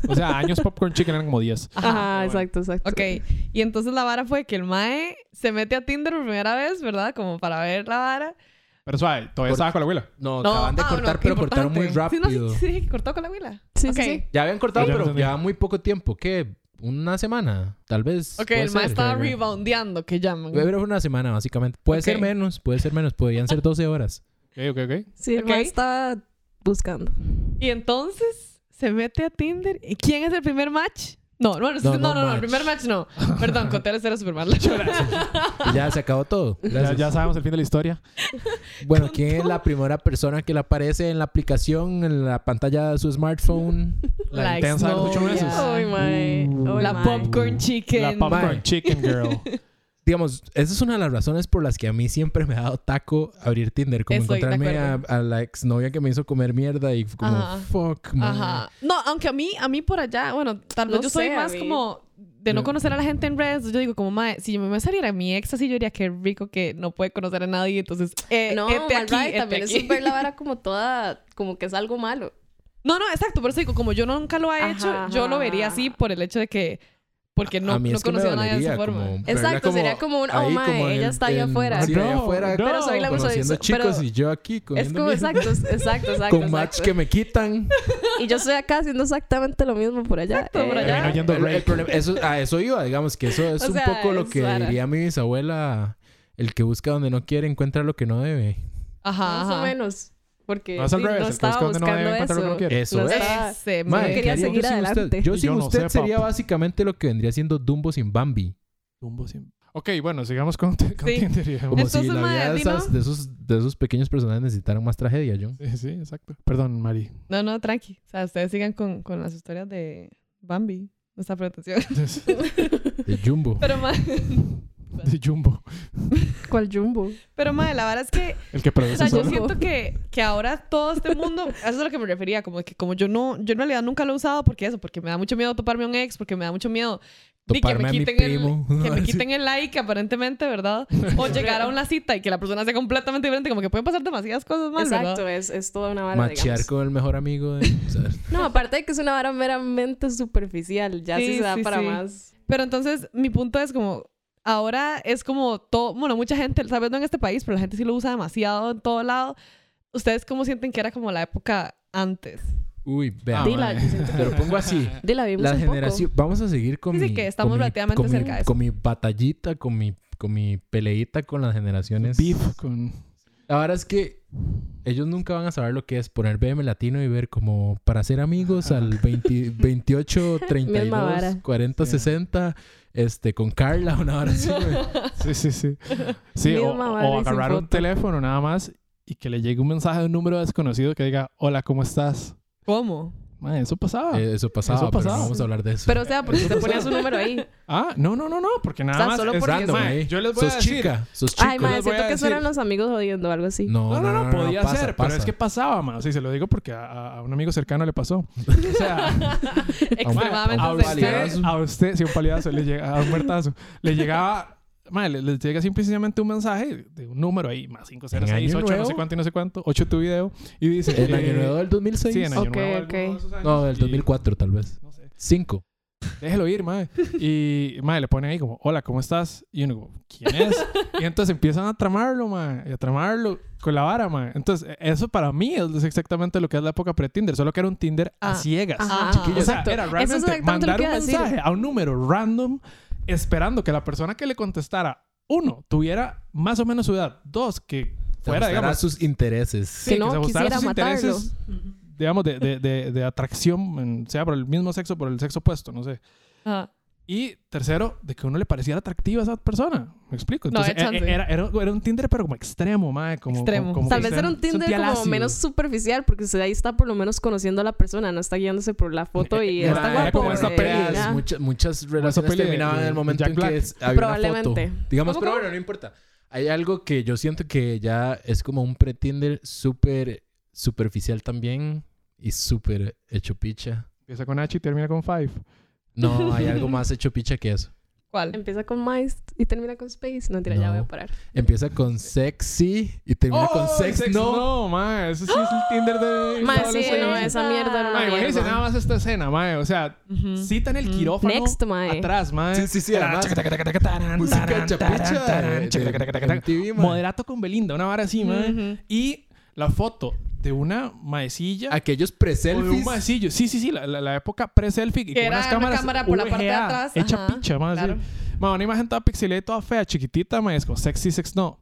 [SPEAKER 2] O sea, años Popcorn Chicken eran como 10.
[SPEAKER 3] Ajá,
[SPEAKER 2] Pero bueno.
[SPEAKER 3] exacto, exacto.
[SPEAKER 4] Ok, y entonces la vara fue que el Mae se mete a Tinder por primera vez, ¿verdad? Como para ver la vara.
[SPEAKER 2] Pero suave, todavía
[SPEAKER 1] Por-
[SPEAKER 2] estaba con la abuela.
[SPEAKER 1] no,
[SPEAKER 4] No,
[SPEAKER 1] acaban de
[SPEAKER 4] ah,
[SPEAKER 1] cortar,
[SPEAKER 4] no,
[SPEAKER 1] pero
[SPEAKER 4] importante.
[SPEAKER 1] cortaron muy
[SPEAKER 4] Sí,
[SPEAKER 1] rápido.
[SPEAKER 4] no, Sí, sí, dije que cortó con la abuela.
[SPEAKER 3] Sí,
[SPEAKER 4] Ok.
[SPEAKER 3] sí, sí.
[SPEAKER 1] Ya habían cortado,
[SPEAKER 2] Ya no
[SPEAKER 1] pero
[SPEAKER 2] entendí.
[SPEAKER 1] ya muy poco tiempo. ¿Qué? ¿Una semana? Tal vez.
[SPEAKER 4] Ok,
[SPEAKER 1] Puede
[SPEAKER 4] el mae
[SPEAKER 1] ser.
[SPEAKER 4] estaba reboundeando, que llaman.
[SPEAKER 1] Pero fue una semana, básicamente. Puede
[SPEAKER 4] Ok.
[SPEAKER 1] ser menos, puede ser menos. Podrían ser 12 horas.
[SPEAKER 2] Ok, ok, ok.
[SPEAKER 3] Sí, el
[SPEAKER 4] Ok.
[SPEAKER 3] mae estaba buscando.
[SPEAKER 4] Y entonces se mete a Tinder. ¿Y quién es el primer match? No, no,
[SPEAKER 1] No,
[SPEAKER 4] no, no,
[SPEAKER 1] no
[SPEAKER 4] no, no, el
[SPEAKER 1] match.
[SPEAKER 4] primer match no. Perdón, conté la era super mal.
[SPEAKER 1] Y ya se acabó todo.
[SPEAKER 2] Ya,
[SPEAKER 1] Gracias.
[SPEAKER 2] ya sabemos el fin de la historia.
[SPEAKER 1] Bueno, ¿quién es la primera persona que le aparece en la aplicación, en la pantalla de su smartphone?
[SPEAKER 2] La,
[SPEAKER 4] La
[SPEAKER 2] intensa de los ocho
[SPEAKER 4] exnovia.
[SPEAKER 2] meses.
[SPEAKER 4] Ah.
[SPEAKER 3] Ay, mae.
[SPEAKER 2] Uh,
[SPEAKER 3] Oh,
[SPEAKER 4] La
[SPEAKER 3] mae.
[SPEAKER 4] popcorn chicken.
[SPEAKER 2] La Popcorn
[SPEAKER 1] Mae.
[SPEAKER 2] Chicken Girl.
[SPEAKER 1] Digamos, esa es una de las razones por las que a mí siempre me ha dado taco abrir Tinder. Como
[SPEAKER 4] Estoy de
[SPEAKER 1] encontrarme a, a la exnovia que me hizo comer mierda y como,
[SPEAKER 4] Ajá.
[SPEAKER 1] fuck, man.
[SPEAKER 4] Ajá. No, aunque a mí, a mí por allá, bueno, tal vez
[SPEAKER 3] No
[SPEAKER 4] yo soy
[SPEAKER 3] sé,
[SPEAKER 4] más
[SPEAKER 3] Abby.
[SPEAKER 4] como de no
[SPEAKER 1] Yo-
[SPEAKER 4] conocer a la gente en redes. Yo digo, como, mae, si me saliera mi ex así, yo diría que rico que no puede conocer a nadie. Entonces, eh,
[SPEAKER 3] No,
[SPEAKER 4] este
[SPEAKER 3] mal
[SPEAKER 4] aquí,
[SPEAKER 3] ride,
[SPEAKER 4] este
[SPEAKER 3] también
[SPEAKER 4] aquí.
[SPEAKER 3] es súper la vara como toda, como que es algo malo.
[SPEAKER 4] No, no, exacto. Por eso digo, como yo nunca lo he
[SPEAKER 3] Ajá,
[SPEAKER 4] hecho,
[SPEAKER 3] ajá,
[SPEAKER 4] yo lo vería
[SPEAKER 3] ajá.
[SPEAKER 4] así por el hecho de que. Porque no,
[SPEAKER 1] a mí
[SPEAKER 4] no
[SPEAKER 1] es que me
[SPEAKER 4] conocía a nadie de esa
[SPEAKER 1] dolería
[SPEAKER 4] forma.
[SPEAKER 1] como verla
[SPEAKER 3] Exacto, sería como un, oh,
[SPEAKER 1] ahí,
[SPEAKER 3] mae,
[SPEAKER 1] como en
[SPEAKER 3] ella está allá
[SPEAKER 1] en-
[SPEAKER 3] afuera.
[SPEAKER 1] sí, allá
[SPEAKER 2] No,
[SPEAKER 1] afuera,
[SPEAKER 2] no.
[SPEAKER 3] Pero soy la musa
[SPEAKER 1] conociendo
[SPEAKER 3] de
[SPEAKER 1] chicos y yo aquí
[SPEAKER 3] Es
[SPEAKER 1] comiendo
[SPEAKER 3] como
[SPEAKER 1] mierda.
[SPEAKER 3] exacto, exacto, exacto.
[SPEAKER 1] con match
[SPEAKER 3] exacto.
[SPEAKER 1] que me quitan.
[SPEAKER 3] Y yo estoy acá haciendo exactamente lo mismo por allá. eh,
[SPEAKER 4] Exacto, por allá.
[SPEAKER 2] Terminó
[SPEAKER 1] El-
[SPEAKER 2] yendo
[SPEAKER 1] el
[SPEAKER 2] break.
[SPEAKER 1] problema- eso, a eso iba, digamos que eso es
[SPEAKER 3] O
[SPEAKER 1] un
[SPEAKER 3] sea,
[SPEAKER 1] poco lo
[SPEAKER 3] es
[SPEAKER 1] que
[SPEAKER 3] vara.
[SPEAKER 1] diría mi bisabuela, el que busca donde no quiere encuentra lo que no debe.
[SPEAKER 4] Ajá.
[SPEAKER 3] Más
[SPEAKER 4] ajá.
[SPEAKER 3] o menos. Porque
[SPEAKER 2] No es al
[SPEAKER 3] sí,
[SPEAKER 2] revés, el
[SPEAKER 3] no
[SPEAKER 2] que
[SPEAKER 3] estaba
[SPEAKER 2] esconde no
[SPEAKER 3] buscando
[SPEAKER 2] debe encontrar lo que no
[SPEAKER 3] eso.
[SPEAKER 2] quiere.
[SPEAKER 1] Eso
[SPEAKER 3] No
[SPEAKER 1] es.
[SPEAKER 3] sé.
[SPEAKER 4] Ese,
[SPEAKER 1] Mae,
[SPEAKER 4] mae.
[SPEAKER 1] ¿qué
[SPEAKER 3] quería
[SPEAKER 1] haría
[SPEAKER 3] seguir
[SPEAKER 1] yo sin
[SPEAKER 3] adelante.
[SPEAKER 1] usted? Yo sin
[SPEAKER 2] Yo no
[SPEAKER 1] usted
[SPEAKER 2] sé,
[SPEAKER 1] sería
[SPEAKER 2] pap.
[SPEAKER 1] básicamente lo que vendría siendo Dumbo sin Bambi.
[SPEAKER 2] Ok, bueno, sigamos con, con
[SPEAKER 4] Sí.
[SPEAKER 2] Tinder. digamos.
[SPEAKER 1] Como si
[SPEAKER 4] Entonces,
[SPEAKER 1] la
[SPEAKER 4] mae,
[SPEAKER 1] vida de,
[SPEAKER 4] di, ¿no?
[SPEAKER 1] esas- de esos, de esos pequeños personajes necesitaran más tragedia, John.
[SPEAKER 2] Sí, sí, exacto. Perdón, Mari.
[SPEAKER 4] No, no, tranqui. O sea, ustedes sigan con, con las historias de Bambi. Nuestra protección.
[SPEAKER 1] De Jumbo.
[SPEAKER 4] Pero, mae,
[SPEAKER 2] De Jumbo.
[SPEAKER 3] ¿Cuál jumbo?
[SPEAKER 4] pero, mae, la verdad es que
[SPEAKER 2] El que produce
[SPEAKER 4] O sea, yo
[SPEAKER 2] solo.
[SPEAKER 4] siento que, que ahora todo este mundo, a eso es a lo que me refería, como que como yo no, yo en realidad nunca lo he usado porque eso, porque me da mucho miedo toparme a un ex, porque me da mucho miedo di,
[SPEAKER 1] Toparme a mi primo.
[SPEAKER 4] el, que me quiten el like aparentemente, ¿verdad? O llegar a una cita y que la persona sea completamente diferente, como que pueden pasar demasiadas cosas mal, ¿verdad?
[SPEAKER 3] Exacto, es, es toda una vara,
[SPEAKER 1] Machear
[SPEAKER 3] digamos.
[SPEAKER 1] con el mejor amigo. de- o sea,
[SPEAKER 3] No, aparte de que es una vara meramente superficial. Ya sí,
[SPEAKER 4] Sí,
[SPEAKER 3] se da
[SPEAKER 4] sí,
[SPEAKER 3] para
[SPEAKER 4] sí.
[SPEAKER 3] más.
[SPEAKER 4] Pero entonces mi punto es como ahora es como todo, bueno, mucha gente, tal vez no en este país, pero la gente sí lo usa demasiado en todo lado. ¿Ustedes cómo sienten que era como la época antes?
[SPEAKER 1] Uy, vean.
[SPEAKER 2] Ah,
[SPEAKER 3] Dila,
[SPEAKER 2] mae.
[SPEAKER 3] yo siento
[SPEAKER 1] Te lo pongo así.
[SPEAKER 3] De la vimos
[SPEAKER 1] pues, La
[SPEAKER 3] un poco.
[SPEAKER 1] generación. Vamos a seguir con
[SPEAKER 4] Sí, sí,
[SPEAKER 1] mi.
[SPEAKER 4] que estamos
[SPEAKER 1] con mi-
[SPEAKER 4] relativamente
[SPEAKER 1] con mi-
[SPEAKER 4] cerca de eso.
[SPEAKER 1] Con mi batallita, con mi, con mi peleita con las generaciones.
[SPEAKER 2] Beef con...
[SPEAKER 1] Ahora es que ellos nunca van a saber lo que es poner BM latino y ver como para ser amigos al 20 28,
[SPEAKER 3] Misma
[SPEAKER 1] 32,
[SPEAKER 3] vara.
[SPEAKER 1] 40,
[SPEAKER 2] Sí.
[SPEAKER 1] 60, este, con Carla, una hora así. güey.
[SPEAKER 2] Sí, sí, sí. Sí, o,
[SPEAKER 3] Misma
[SPEAKER 2] o
[SPEAKER 3] madre sin
[SPEAKER 2] agarrar un
[SPEAKER 3] foto.
[SPEAKER 2] teléfono nada más y que le llegue un mensaje de un número desconocido que diga, hola, ¿cómo estás?
[SPEAKER 4] ¿Cómo?
[SPEAKER 2] Mae, eso pasaba.
[SPEAKER 1] Eh, eso pasaba,
[SPEAKER 2] Eso
[SPEAKER 1] pero
[SPEAKER 2] pasaba.
[SPEAKER 1] no vamos a hablar de eso.
[SPEAKER 3] Pero o sea, porque
[SPEAKER 2] Eso
[SPEAKER 3] te ponía
[SPEAKER 2] pasaba.
[SPEAKER 3] su número ahí.
[SPEAKER 2] Ah, no, no, no, no, porque nada
[SPEAKER 3] sea,
[SPEAKER 2] más.
[SPEAKER 3] solo
[SPEAKER 2] es
[SPEAKER 3] porque-
[SPEAKER 2] random,
[SPEAKER 1] Mae,
[SPEAKER 2] Yo les voy
[SPEAKER 1] sos
[SPEAKER 2] a decir.
[SPEAKER 1] chica, sos chico.
[SPEAKER 3] Ay, madre,
[SPEAKER 2] les voy
[SPEAKER 3] siento
[SPEAKER 2] a
[SPEAKER 3] que eso
[SPEAKER 2] decir-
[SPEAKER 3] eran los amigos jodiendo o algo así.
[SPEAKER 1] no,
[SPEAKER 2] No, no, no, podía
[SPEAKER 1] pasa,
[SPEAKER 2] ser, pero
[SPEAKER 1] pasa.
[SPEAKER 2] es que pasaba, mae. Sí, se lo digo porque a, a- a un amigo cercano le pasó. O sea,
[SPEAKER 4] Extremadamente
[SPEAKER 1] a
[SPEAKER 2] a
[SPEAKER 1] un
[SPEAKER 4] cercano.
[SPEAKER 1] paliazo.
[SPEAKER 2] usted, a usted, si un paliazo le llega, a un muertazo, le llegaba, mae, le, le llega simplemente un mensaje de un número ahí, más
[SPEAKER 1] En
[SPEAKER 2] 5068,
[SPEAKER 1] Año
[SPEAKER 2] no sé
[SPEAKER 1] Nuevo.
[SPEAKER 2] cuánto y no sé cuánto, 8 tu video, y dice.
[SPEAKER 1] En
[SPEAKER 2] eh,
[SPEAKER 1] año nuevo del 2006.
[SPEAKER 2] Sí, en año
[SPEAKER 3] Ok,
[SPEAKER 2] nuevo.
[SPEAKER 3] ok.
[SPEAKER 2] alguno de esos años,
[SPEAKER 1] no, del
[SPEAKER 2] y-
[SPEAKER 1] 2004 tal vez.
[SPEAKER 2] no sé.
[SPEAKER 1] 5.
[SPEAKER 2] déjelo ir, mae. Y, mae, le ponen ahí como, hola, ¿cómo estás? Y uno como, ¿quién es? Y entonces empiezan a tramarlo, mae, y a tramarlo con la vara, mae. Entonces, e- eso para mí es exactamente lo que es la época pre-Tinder, solo que era un Tinder a
[SPEAKER 4] Ah,
[SPEAKER 2] ciegas.
[SPEAKER 4] ajá.
[SPEAKER 2] O sea,
[SPEAKER 3] Exacto.
[SPEAKER 2] era
[SPEAKER 3] Eso es
[SPEAKER 2] realmente
[SPEAKER 3] exactamente lo
[SPEAKER 2] mandar
[SPEAKER 3] que
[SPEAKER 2] un
[SPEAKER 3] iba a decir.
[SPEAKER 2] mensaje a un número random esperando que la persona que le contestara, uno, tuviera más o menos su edad, dos, que fuera, digamos,
[SPEAKER 1] sus intereses.
[SPEAKER 3] que no
[SPEAKER 2] se ajustaran
[SPEAKER 3] quisiera
[SPEAKER 2] sus
[SPEAKER 3] matarlo.
[SPEAKER 2] intereses, Digamos, de, de, de, de atracción, en- sea por el mismo sexo o por el sexo opuesto, no sé.
[SPEAKER 4] Ajá.
[SPEAKER 2] Y tercero, de que uno le pareciera atractiva a esa persona. ¿Me explico?
[SPEAKER 4] No,
[SPEAKER 2] Entonces,
[SPEAKER 4] hay chance.
[SPEAKER 2] e- e- era, era, era un Tinder, pero como extremo, mae. Como,
[SPEAKER 4] Extremo.
[SPEAKER 2] como- como
[SPEAKER 3] Tal
[SPEAKER 2] que
[SPEAKER 3] vez
[SPEAKER 2] se
[SPEAKER 3] era un Tinder
[SPEAKER 2] sentía el
[SPEAKER 3] como
[SPEAKER 2] ácido.
[SPEAKER 3] menos superficial, porque usted ahí está por lo menos conociendo a la persona, no está guiándose por la foto y
[SPEAKER 2] Eh,
[SPEAKER 3] está
[SPEAKER 2] era
[SPEAKER 3] guapo.
[SPEAKER 2] como esta
[SPEAKER 3] eh,
[SPEAKER 2] peli
[SPEAKER 3] ya.
[SPEAKER 2] de-
[SPEAKER 1] Muchas- muchas relaciones
[SPEAKER 2] peli de-
[SPEAKER 1] terminaban en
[SPEAKER 2] de
[SPEAKER 1] el momento
[SPEAKER 2] Jack
[SPEAKER 1] en que
[SPEAKER 2] Black.
[SPEAKER 1] es- había una
[SPEAKER 3] Probablemente.
[SPEAKER 1] foto. Digamos, pero bueno, no importa. Hay algo que yo siento que ya es como un pretender súper superficial también y súper hecho picha.
[SPEAKER 2] Empieza con H y termina con Five.
[SPEAKER 1] No, hay algo más hecho picha que eso.
[SPEAKER 4] ¿Cuál?
[SPEAKER 3] Empieza con Mice y termina con Space. No, mentira, ya
[SPEAKER 1] No.
[SPEAKER 3] voy a parar.
[SPEAKER 1] Empieza con sexy y termina con sex, no.
[SPEAKER 2] Oh, No, mae. Eso sí es el Tinder de.
[SPEAKER 3] Mae, sí,
[SPEAKER 2] adolescente.
[SPEAKER 3] no, esa mierda era una
[SPEAKER 2] Mae, imagínense
[SPEAKER 3] mierda.
[SPEAKER 2] nada más esta escena, mae. O sea,
[SPEAKER 4] Ujú.
[SPEAKER 2] cita en el
[SPEAKER 4] Ujú.
[SPEAKER 2] quirófano.
[SPEAKER 3] Mm, Next, mae.
[SPEAKER 2] Atrás, mae.
[SPEAKER 1] Sí, sí, sí,
[SPEAKER 2] Era
[SPEAKER 1] además,
[SPEAKER 2] chacatacatacataran,
[SPEAKER 1] Música
[SPEAKER 2] taran,
[SPEAKER 1] hecha
[SPEAKER 2] taran,
[SPEAKER 1] picha
[SPEAKER 2] taran,
[SPEAKER 1] de- de
[SPEAKER 2] chacatacatacataran.
[SPEAKER 1] MTV, man.
[SPEAKER 2] Moderato con Belinda, una vara así, mae.
[SPEAKER 4] Ujú.
[SPEAKER 2] Y la foto de una maecilla.
[SPEAKER 1] Aquellos
[SPEAKER 2] O de un
[SPEAKER 1] pre-selfies.
[SPEAKER 2] maecillo. Sí, sí, sí, la, la- la época pre-selfie. Que
[SPEAKER 4] Que
[SPEAKER 2] con
[SPEAKER 4] era
[SPEAKER 2] unas
[SPEAKER 4] una
[SPEAKER 2] cámaras
[SPEAKER 4] cámara por la parte de
[SPEAKER 2] VGA,
[SPEAKER 4] atrás,
[SPEAKER 2] Hecha
[SPEAKER 4] ajá,
[SPEAKER 2] picha, más.
[SPEAKER 4] claro.
[SPEAKER 2] una imagen toda pixelada y toda fea, chiquitita, mae, es como sexy, sex no.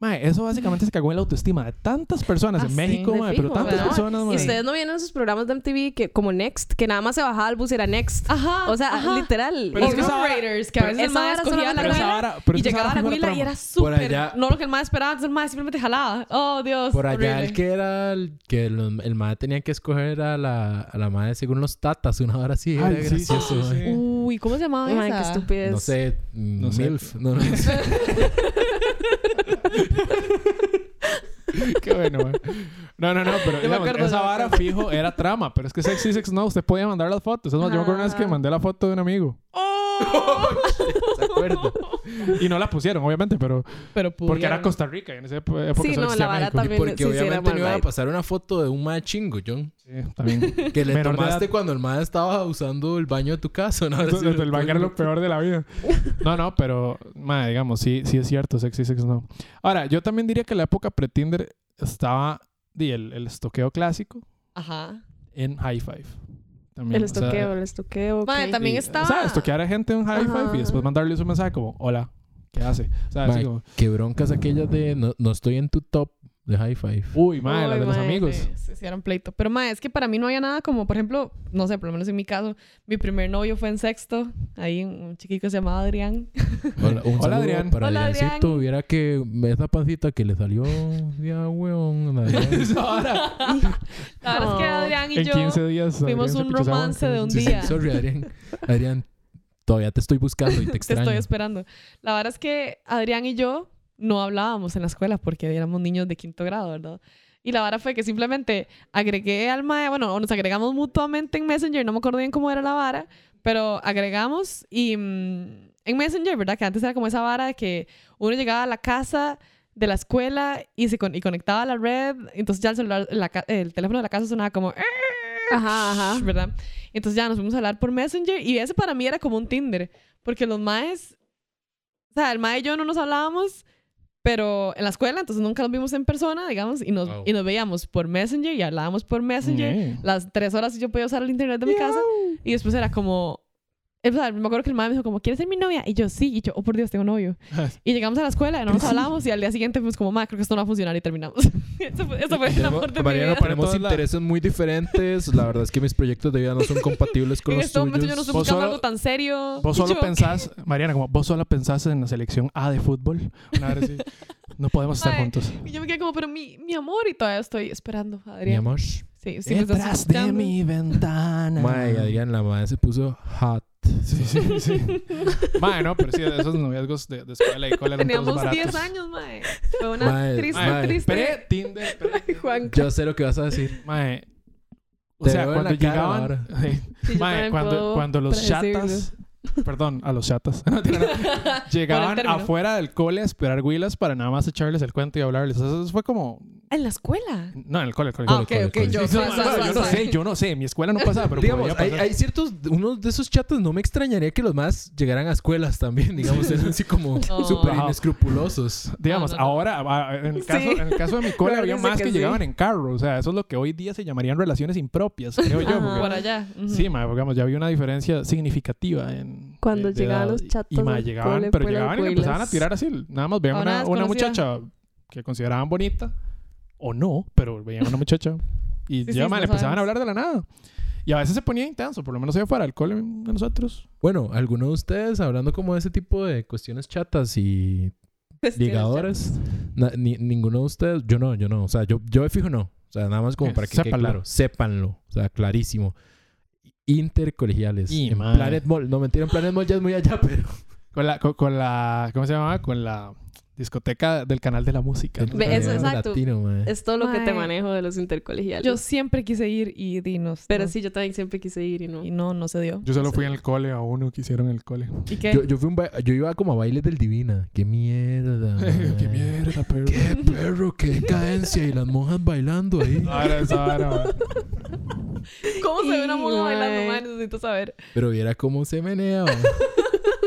[SPEAKER 2] Mae, eso básicamente se cagó en la autoestima de tantas personas
[SPEAKER 4] Ah,
[SPEAKER 2] pues, en
[SPEAKER 4] sí,
[SPEAKER 2] México,
[SPEAKER 3] de
[SPEAKER 2] mae,
[SPEAKER 3] fijo,
[SPEAKER 2] pero tantas
[SPEAKER 4] ¿verdad?
[SPEAKER 2] personas, mae.
[SPEAKER 3] Y ustedes no vieron esos programas de MTV que, como Next, que nada más se bajaba al bus y era Next.
[SPEAKER 4] Ajá.
[SPEAKER 3] O sea,
[SPEAKER 4] ajá.
[SPEAKER 3] literal.
[SPEAKER 2] Pero
[SPEAKER 4] o
[SPEAKER 2] es que esa
[SPEAKER 4] Road
[SPEAKER 2] vara-
[SPEAKER 4] Raiders, que a
[SPEAKER 2] pero
[SPEAKER 4] veces el
[SPEAKER 3] esa
[SPEAKER 4] mae
[SPEAKER 3] vara solo
[SPEAKER 4] escogía
[SPEAKER 3] era
[SPEAKER 4] la
[SPEAKER 2] pero esa
[SPEAKER 4] huila
[SPEAKER 2] vara, pero
[SPEAKER 4] y
[SPEAKER 2] es que esa
[SPEAKER 4] llegaba
[SPEAKER 2] vara
[SPEAKER 4] a la
[SPEAKER 2] fue una
[SPEAKER 4] huila y
[SPEAKER 2] trama.
[SPEAKER 4] era
[SPEAKER 1] Por allá-
[SPEAKER 4] súper... No lo que el mae esperaba, entonces el mae simplemente jalaba. Oh, Dios.
[SPEAKER 1] Por allá el
[SPEAKER 4] horrible.
[SPEAKER 1] que era el que el, el madre tenía que escoger a la, a la madre según los tatas, una hora así, era
[SPEAKER 2] Ay, sí, sí,
[SPEAKER 1] gracioso.
[SPEAKER 2] sí,
[SPEAKER 1] mae.
[SPEAKER 2] sí.
[SPEAKER 4] Uy, ¿cómo se llamaba
[SPEAKER 3] Mae, qué
[SPEAKER 4] esa?
[SPEAKER 3] estupidez.
[SPEAKER 1] No sé, no
[SPEAKER 2] No sé.
[SPEAKER 1] MILF, no, no sé.
[SPEAKER 2] Qué bueno, mae. No, no, no, pero
[SPEAKER 4] me
[SPEAKER 2] digamos,
[SPEAKER 4] acuerdo, yo
[SPEAKER 2] esa
[SPEAKER 4] me
[SPEAKER 2] vara fijo era trama. Pero es que sexy, sex no, usted podía mandar las fotos. Es más, yo me acuerdo una vez que
[SPEAKER 3] Ah.
[SPEAKER 2] mandé la foto de un amigo.
[SPEAKER 4] ¡Oh!
[SPEAKER 1] ¿Se acuerda?
[SPEAKER 2] Y no la pusieron, obviamente, pero
[SPEAKER 4] Pero
[SPEAKER 2] porque era
[SPEAKER 4] pudieron.
[SPEAKER 2] Costa Rica y en esa época solo
[SPEAKER 3] Sí, no, la
[SPEAKER 2] existía
[SPEAKER 3] vara
[SPEAKER 2] México.
[SPEAKER 3] también.
[SPEAKER 1] Porque
[SPEAKER 3] sí, sí, era
[SPEAKER 1] obviamente
[SPEAKER 3] mal
[SPEAKER 1] no iba a
[SPEAKER 3] vibe.
[SPEAKER 1] pasar una foto de un mae chingo, John.
[SPEAKER 2] Sí, también.
[SPEAKER 1] Que le
[SPEAKER 2] Menor de
[SPEAKER 1] tomaste
[SPEAKER 2] edad.
[SPEAKER 1] cuando el mae estaba usando el baño de tu casa, ¿no?
[SPEAKER 2] Entonces,
[SPEAKER 1] Así,
[SPEAKER 2] el banco era lo peor de la vida. No, no, pero, madre, digamos, sí, sí es cierto, sexy, sex no. Ahora, yo también diría que la época pre-Tinder estaba di, el, el estoqueo clásico
[SPEAKER 4] Ajá.
[SPEAKER 2] en High Five. También,
[SPEAKER 3] El
[SPEAKER 2] o sea,
[SPEAKER 3] estoqueo, el estoqueo.
[SPEAKER 4] Mae,
[SPEAKER 3] ok.
[SPEAKER 4] también
[SPEAKER 2] y,
[SPEAKER 4] estaba...
[SPEAKER 2] O sea, estoquear a gente en High
[SPEAKER 3] Ajá.
[SPEAKER 2] Five y después mandarles un mensaje como, hola, ¿qué hace? O sea, así
[SPEAKER 1] Mae,
[SPEAKER 2] como,
[SPEAKER 1] Qué broncas aquellas de no, no estoy en tu top de high five.
[SPEAKER 2] uy, madre, las
[SPEAKER 3] Uy,
[SPEAKER 2] de los
[SPEAKER 3] mae,
[SPEAKER 2] amigos.
[SPEAKER 4] Sí, sí, sí, era un pleito. Pero, ma, es que para mí no había nada como, por ejemplo, no sé, por lo menos en mi caso, mi primer novio fue en sexto. Ahí un- un chiquito que se llamaba Adrián.
[SPEAKER 1] Hola, un
[SPEAKER 2] Hola,
[SPEAKER 1] saludo
[SPEAKER 2] Adrián.
[SPEAKER 1] Para
[SPEAKER 3] Hola,
[SPEAKER 1] Adriancito,
[SPEAKER 3] Adrián.
[SPEAKER 1] viera que esa pancita que le salió, ya, weón. la verdad.
[SPEAKER 2] Ahora,
[SPEAKER 4] La verdad es que Adrián y
[SPEAKER 2] en
[SPEAKER 4] yo
[SPEAKER 2] 15 días.
[SPEAKER 4] fuimos
[SPEAKER 2] Adrián se
[SPEAKER 4] un
[SPEAKER 2] pichó esa
[SPEAKER 4] romance
[SPEAKER 2] boca.
[SPEAKER 4] de un
[SPEAKER 1] Sí, sí,
[SPEAKER 4] día.
[SPEAKER 1] sorry, Adrián. Adrián, todavía te estoy buscando y te
[SPEAKER 4] te
[SPEAKER 1] extraño.
[SPEAKER 4] estoy esperando. La verdad es que Adrián y yo no hablábamos en la escuela porque éramos niños de quinto grado, ¿verdad? Y la vara fue que simplemente agregué al mae, bueno, o nos agregamos mutuamente en Messenger, no me acuerdo bien cómo era la vara, pero agregamos y mm, en Messenger, ¿verdad? Que antes era como esa vara de que uno llegaba a la casa de la escuela y se con- y conectaba a la red, entonces ya el celular, la ca- el teléfono de la casa sonaba como
[SPEAKER 3] Ajá, ajá.
[SPEAKER 4] ¿verdad? Entonces ya nos fuimos a hablar por Messenger y ese para mí era como un Tinder, porque los maes, o sea, el mae y yo no nos hablábamos, pero en la escuela, entonces nunca nos vimos en persona, digamos, y nos,
[SPEAKER 1] Wow.
[SPEAKER 4] y nos veíamos por Messenger y hablábamos por Messenger.
[SPEAKER 2] Yeah.
[SPEAKER 4] Las tres horas yo podía usar el internet de mi casa y después era como... eh, o sea, me acuerdo que el mae me dijo como, ¿quieres ser mi novia? Y yo, sí. Y yo, oh, por Dios, tengo novio. Y llegamos a la escuela y no nos hablábamos y al día siguiente fuimos como, ma, creo que esto no va a funcionar y terminamos. eso fue, eso fue el
[SPEAKER 1] Tenemos-
[SPEAKER 4] amor de mi
[SPEAKER 1] Mariano,
[SPEAKER 4] vida.
[SPEAKER 2] para
[SPEAKER 1] tenemos
[SPEAKER 2] todos lados.
[SPEAKER 1] intereses muy diferentes. La verdad es que mis proyectos de vida no son compatibles con
[SPEAKER 4] En
[SPEAKER 1] los
[SPEAKER 4] este momento yo no
[SPEAKER 1] tuyos.
[SPEAKER 4] estoy
[SPEAKER 2] Vos
[SPEAKER 4] buscando
[SPEAKER 2] solo-
[SPEAKER 4] algo tan serio.
[SPEAKER 2] Vos
[SPEAKER 4] Y
[SPEAKER 2] solo
[SPEAKER 4] yo,
[SPEAKER 2] pensás, Mariana, como vos solo pensás en la selección A de fútbol. Una vez así. No podemos estar
[SPEAKER 4] Mae.
[SPEAKER 2] juntos.
[SPEAKER 4] Y yo me quedé como, pero mi, mi amor, y todavía estoy esperando,
[SPEAKER 1] Mi
[SPEAKER 4] Adrián.
[SPEAKER 1] amor,
[SPEAKER 4] Sí,
[SPEAKER 2] Eh,
[SPEAKER 4] si me estás escuchando,
[SPEAKER 2] ventana.
[SPEAKER 1] Mae, Adrián, la madre se puso hot.
[SPEAKER 2] Sí, sí, sí. Mae, no, pero sí, de esos noviazgos de, de escuela y cole eran todos
[SPEAKER 4] Teníamos
[SPEAKER 2] baratos.
[SPEAKER 4] 10 años, mae. Fue una
[SPEAKER 1] Mae,
[SPEAKER 4] triste,
[SPEAKER 1] mae,
[SPEAKER 4] triste.
[SPEAKER 2] Pre-Tinder, pre
[SPEAKER 3] Juan,
[SPEAKER 1] Yo sé lo que vas a decir.
[SPEAKER 2] Mae. O
[SPEAKER 1] Te
[SPEAKER 2] sea,
[SPEAKER 1] veo en
[SPEAKER 2] cuando
[SPEAKER 1] la cara
[SPEAKER 2] llegaban.
[SPEAKER 1] ahora.
[SPEAKER 2] Sí.
[SPEAKER 3] Sí, yo
[SPEAKER 2] Mae,
[SPEAKER 3] también
[SPEAKER 2] cuando,
[SPEAKER 3] puedo
[SPEAKER 2] cuando los
[SPEAKER 3] predecirlo.
[SPEAKER 2] chatas. Perdón, a los chatas. No, mentira, no.
[SPEAKER 4] Por el
[SPEAKER 2] llegaban
[SPEAKER 4] término.
[SPEAKER 2] afuera del cole a esperar huilas para nada más echarles el cuento y hablarles. Eso fue como.
[SPEAKER 4] Ah, En la escuela.
[SPEAKER 2] No, en el cole, el cole.
[SPEAKER 4] Ah,
[SPEAKER 2] el
[SPEAKER 4] ok,
[SPEAKER 2] cole, el
[SPEAKER 4] ok.
[SPEAKER 2] cole.
[SPEAKER 4] Yo,
[SPEAKER 2] Sí,
[SPEAKER 4] suave,
[SPEAKER 2] no,
[SPEAKER 4] suave,
[SPEAKER 2] no, yo no
[SPEAKER 4] suave.
[SPEAKER 2] sé, yo no sé. Mi escuela no pasaba, pero
[SPEAKER 1] digamos,
[SPEAKER 2] podía
[SPEAKER 1] hay,
[SPEAKER 2] pasar.
[SPEAKER 1] hay ciertos, unos de esos chatos no me extrañaría que los más llegaran a escuelas también, digamos, eran así como
[SPEAKER 4] No.
[SPEAKER 1] súper
[SPEAKER 2] Ajá.
[SPEAKER 1] inescrupulosos.
[SPEAKER 2] Digamos,
[SPEAKER 4] No, no, no.
[SPEAKER 2] ahora, a- a- en el, caso,
[SPEAKER 3] Sí.
[SPEAKER 2] en el caso de mi cole,
[SPEAKER 3] Claro
[SPEAKER 2] había
[SPEAKER 3] que sé
[SPEAKER 2] más que,
[SPEAKER 3] que sí.
[SPEAKER 2] llegaban en carro. O sea, eso es lo que hoy día se llamarían relaciones impropias, creo yo.
[SPEAKER 3] Ajá.
[SPEAKER 2] porque-
[SPEAKER 4] Por allá. ujú.
[SPEAKER 2] Sí, ma, digamos, ya había una diferencia significativa en...
[SPEAKER 3] Cuando
[SPEAKER 2] de- de
[SPEAKER 3] llegaban
[SPEAKER 2] edad.
[SPEAKER 3] los chatos
[SPEAKER 2] Y ma,
[SPEAKER 3] al
[SPEAKER 2] llegaban,
[SPEAKER 3] cole,
[SPEAKER 2] pero
[SPEAKER 3] fuera de
[SPEAKER 2] llegaban y le
[SPEAKER 3] cuilas.
[SPEAKER 2] empezaban a tirar así. Nada más veían
[SPEAKER 4] A una
[SPEAKER 2] una, una
[SPEAKER 4] desconocida.
[SPEAKER 2] muchacha que consideraban bonita, o no, pero veían una muchacha. Y
[SPEAKER 4] Sí,
[SPEAKER 2] ya,
[SPEAKER 4] sí,
[SPEAKER 2] ma,
[SPEAKER 4] no
[SPEAKER 2] le empezaban a
[SPEAKER 4] sabemos.
[SPEAKER 2] hablar de la nada. Y a veces se ponía intenso, por lo menos allá afuera, el cole de nosotros.
[SPEAKER 1] Bueno, ¿alguno de ustedes hablando como de ese tipo de cuestiones chatas y ligadoras? Na- ni- ninguno de ustedes, yo no, yo no. O sea, yo, yo de fijo no. O sea, nada más como
[SPEAKER 2] Eh,
[SPEAKER 1] para que
[SPEAKER 2] sépanlo.
[SPEAKER 1] quede claro. Sépanlo. O sea, clarísimo. Intercolegiales.
[SPEAKER 2] Y,
[SPEAKER 1] en
[SPEAKER 2] madre.
[SPEAKER 1] Planet Mall. No, mentira, en Planet Mall ya es muy allá, pero...
[SPEAKER 2] Con la, con, con la... ¿Cómo se llamaba? Con la discoteca del canal de la música. ¿no?
[SPEAKER 3] Ve, eso,
[SPEAKER 1] Planet
[SPEAKER 3] exacto.
[SPEAKER 1] Latino, mae.
[SPEAKER 3] es todo lo que te
[SPEAKER 4] Mae.
[SPEAKER 3] manejo de los intercolegiales.
[SPEAKER 4] Yo siempre quise ir y dinos.
[SPEAKER 3] pero
[SPEAKER 4] no.
[SPEAKER 3] sí, yo también siempre quise ir y no.
[SPEAKER 4] Y no, no se dio.
[SPEAKER 2] Yo solo fui en el cole a uno que hicieron en el cole.
[SPEAKER 4] ¿Y qué?
[SPEAKER 1] Yo, yo, fui un ba- yo iba como a bailes del Divina. ¡Qué mierda!
[SPEAKER 2] ¡Qué
[SPEAKER 1] mae.
[SPEAKER 2] mierda, perro!
[SPEAKER 1] ¡Qué perro! ¡Qué cadencia! Y las monjas bailando ahí.
[SPEAKER 2] Ahora, ahora, ahora.
[SPEAKER 4] ¿Cómo se ve una
[SPEAKER 3] Y,
[SPEAKER 4] moda bailando,
[SPEAKER 3] mae.
[SPEAKER 4] mae? Necesito saber.
[SPEAKER 1] Pero viera cómo se menea. mae.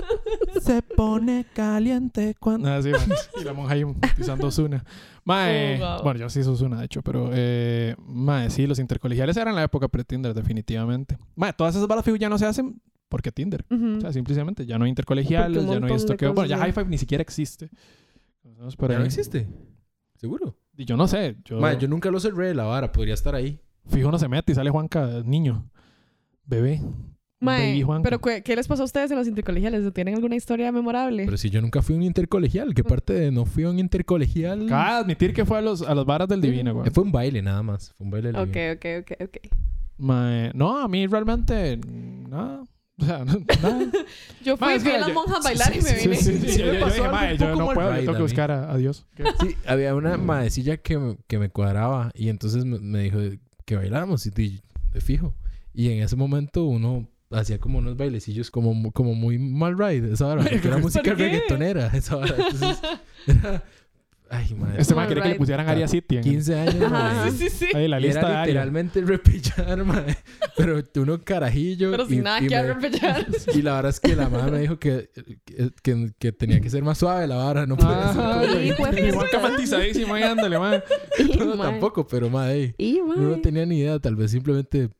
[SPEAKER 2] Se pone caliente cuando. Ah, sí, man. Y la monja ahí pisando Osuna. Mae.
[SPEAKER 4] Oh, wow.
[SPEAKER 2] Bueno, yo sí soy Osuna, de hecho, pero. Eh, mae, sí, los intercolegiales eran la época pre-Tinder, definitivamente. Mae, todas esas balas fijo ya no se hacen porque Tinder. O sea, simplemente ya no hay intercolegiales,
[SPEAKER 3] Porque un
[SPEAKER 2] ya no hay
[SPEAKER 3] montón de
[SPEAKER 2] esto que. Bueno, ya
[SPEAKER 3] cosas ya.
[SPEAKER 2] High Five ni siquiera existe. Vamos por
[SPEAKER 1] ¿Ya
[SPEAKER 2] ahí.
[SPEAKER 1] no existe? ¿Seguro?
[SPEAKER 2] Y yo no sé. Yo,
[SPEAKER 1] Mae, yo nunca lo cerré. La vara podría estar ahí.
[SPEAKER 2] Fijo no se mete y sale Juanca, niño. Bebé. Un baby
[SPEAKER 4] Mae,
[SPEAKER 2] Juanca.
[SPEAKER 4] pero ¿qué, qué les pasó a ustedes en los intercolegiales? ¿Tienen alguna historia memorable?
[SPEAKER 1] Pero si yo nunca fui a un intercolegial. ¿Qué parte de no fui a un intercolegial?
[SPEAKER 2] Acaba de admitir que fue a los, a los varas del Divino, güey.
[SPEAKER 1] Eh, Fue un baile nada más. Fue un baile del
[SPEAKER 3] Ok,
[SPEAKER 1] Divina.
[SPEAKER 3] ok, ok, ok.
[SPEAKER 2] Mae, no, a mí realmente nada. O sea, no- nada.
[SPEAKER 4] Yo fui,
[SPEAKER 2] Mae,
[SPEAKER 4] a
[SPEAKER 2] es que
[SPEAKER 4] vi a las
[SPEAKER 2] yo-
[SPEAKER 4] monjas
[SPEAKER 2] sí,
[SPEAKER 4] bailar
[SPEAKER 2] sí,
[SPEAKER 4] y me
[SPEAKER 2] sí,
[SPEAKER 4] vine.
[SPEAKER 2] sí, sí,
[SPEAKER 1] Sí,
[SPEAKER 2] yo-
[SPEAKER 1] me
[SPEAKER 2] yo
[SPEAKER 1] pasó
[SPEAKER 2] dije,
[SPEAKER 1] algo
[SPEAKER 2] "Mae,
[SPEAKER 1] un
[SPEAKER 2] yo
[SPEAKER 1] poco
[SPEAKER 2] no
[SPEAKER 1] mal
[SPEAKER 2] puedo, yo
[SPEAKER 1] ride
[SPEAKER 2] tengo
[SPEAKER 1] a
[SPEAKER 2] que
[SPEAKER 1] mí".
[SPEAKER 2] buscar a, a Dios.
[SPEAKER 1] Sí, había una
[SPEAKER 4] Mm.
[SPEAKER 1] maecilla que, me- que me cuadraba. Y entonces me, me dijo que bailáramos. Y di- de fijo. Y en ese momento uno hacía como unos bailecillos como, mu- como muy mal ride. Esa vara. Porque era música
[SPEAKER 4] ¿Por qué?
[SPEAKER 1] reggaetonera. Esa vara. Entonces, era- Ay, madre.
[SPEAKER 2] Este man
[SPEAKER 3] Mal
[SPEAKER 2] quería que le
[SPEAKER 3] ride.
[SPEAKER 2] pusieran Aria City en
[SPEAKER 1] 15 años.
[SPEAKER 3] Ajá.
[SPEAKER 1] mae.
[SPEAKER 4] Sí, sí, sí.
[SPEAKER 2] ahí la
[SPEAKER 1] Y
[SPEAKER 2] lista de
[SPEAKER 1] era
[SPEAKER 2] Aria.
[SPEAKER 1] literalmente repillar, mae. Pero uno carajillo.
[SPEAKER 4] Pero
[SPEAKER 1] y,
[SPEAKER 4] sin nada
[SPEAKER 1] y me-
[SPEAKER 4] que arrepechar.
[SPEAKER 1] y la verdad es que la madre me dijo que, que, que- que tenía que ser más suave la vara, no podía ser
[SPEAKER 2] Ah,
[SPEAKER 1] como-
[SPEAKER 3] sí,
[SPEAKER 2] y-
[SPEAKER 3] pues.
[SPEAKER 2] y Juanca matizadísimo ahí, ándale, mae.
[SPEAKER 3] Y,
[SPEAKER 1] No,
[SPEAKER 3] mae,
[SPEAKER 1] tampoco, pero madre,
[SPEAKER 3] Y,
[SPEAKER 1] uno no
[SPEAKER 3] mae.
[SPEAKER 1] tenía ni idea, tal vez simplemente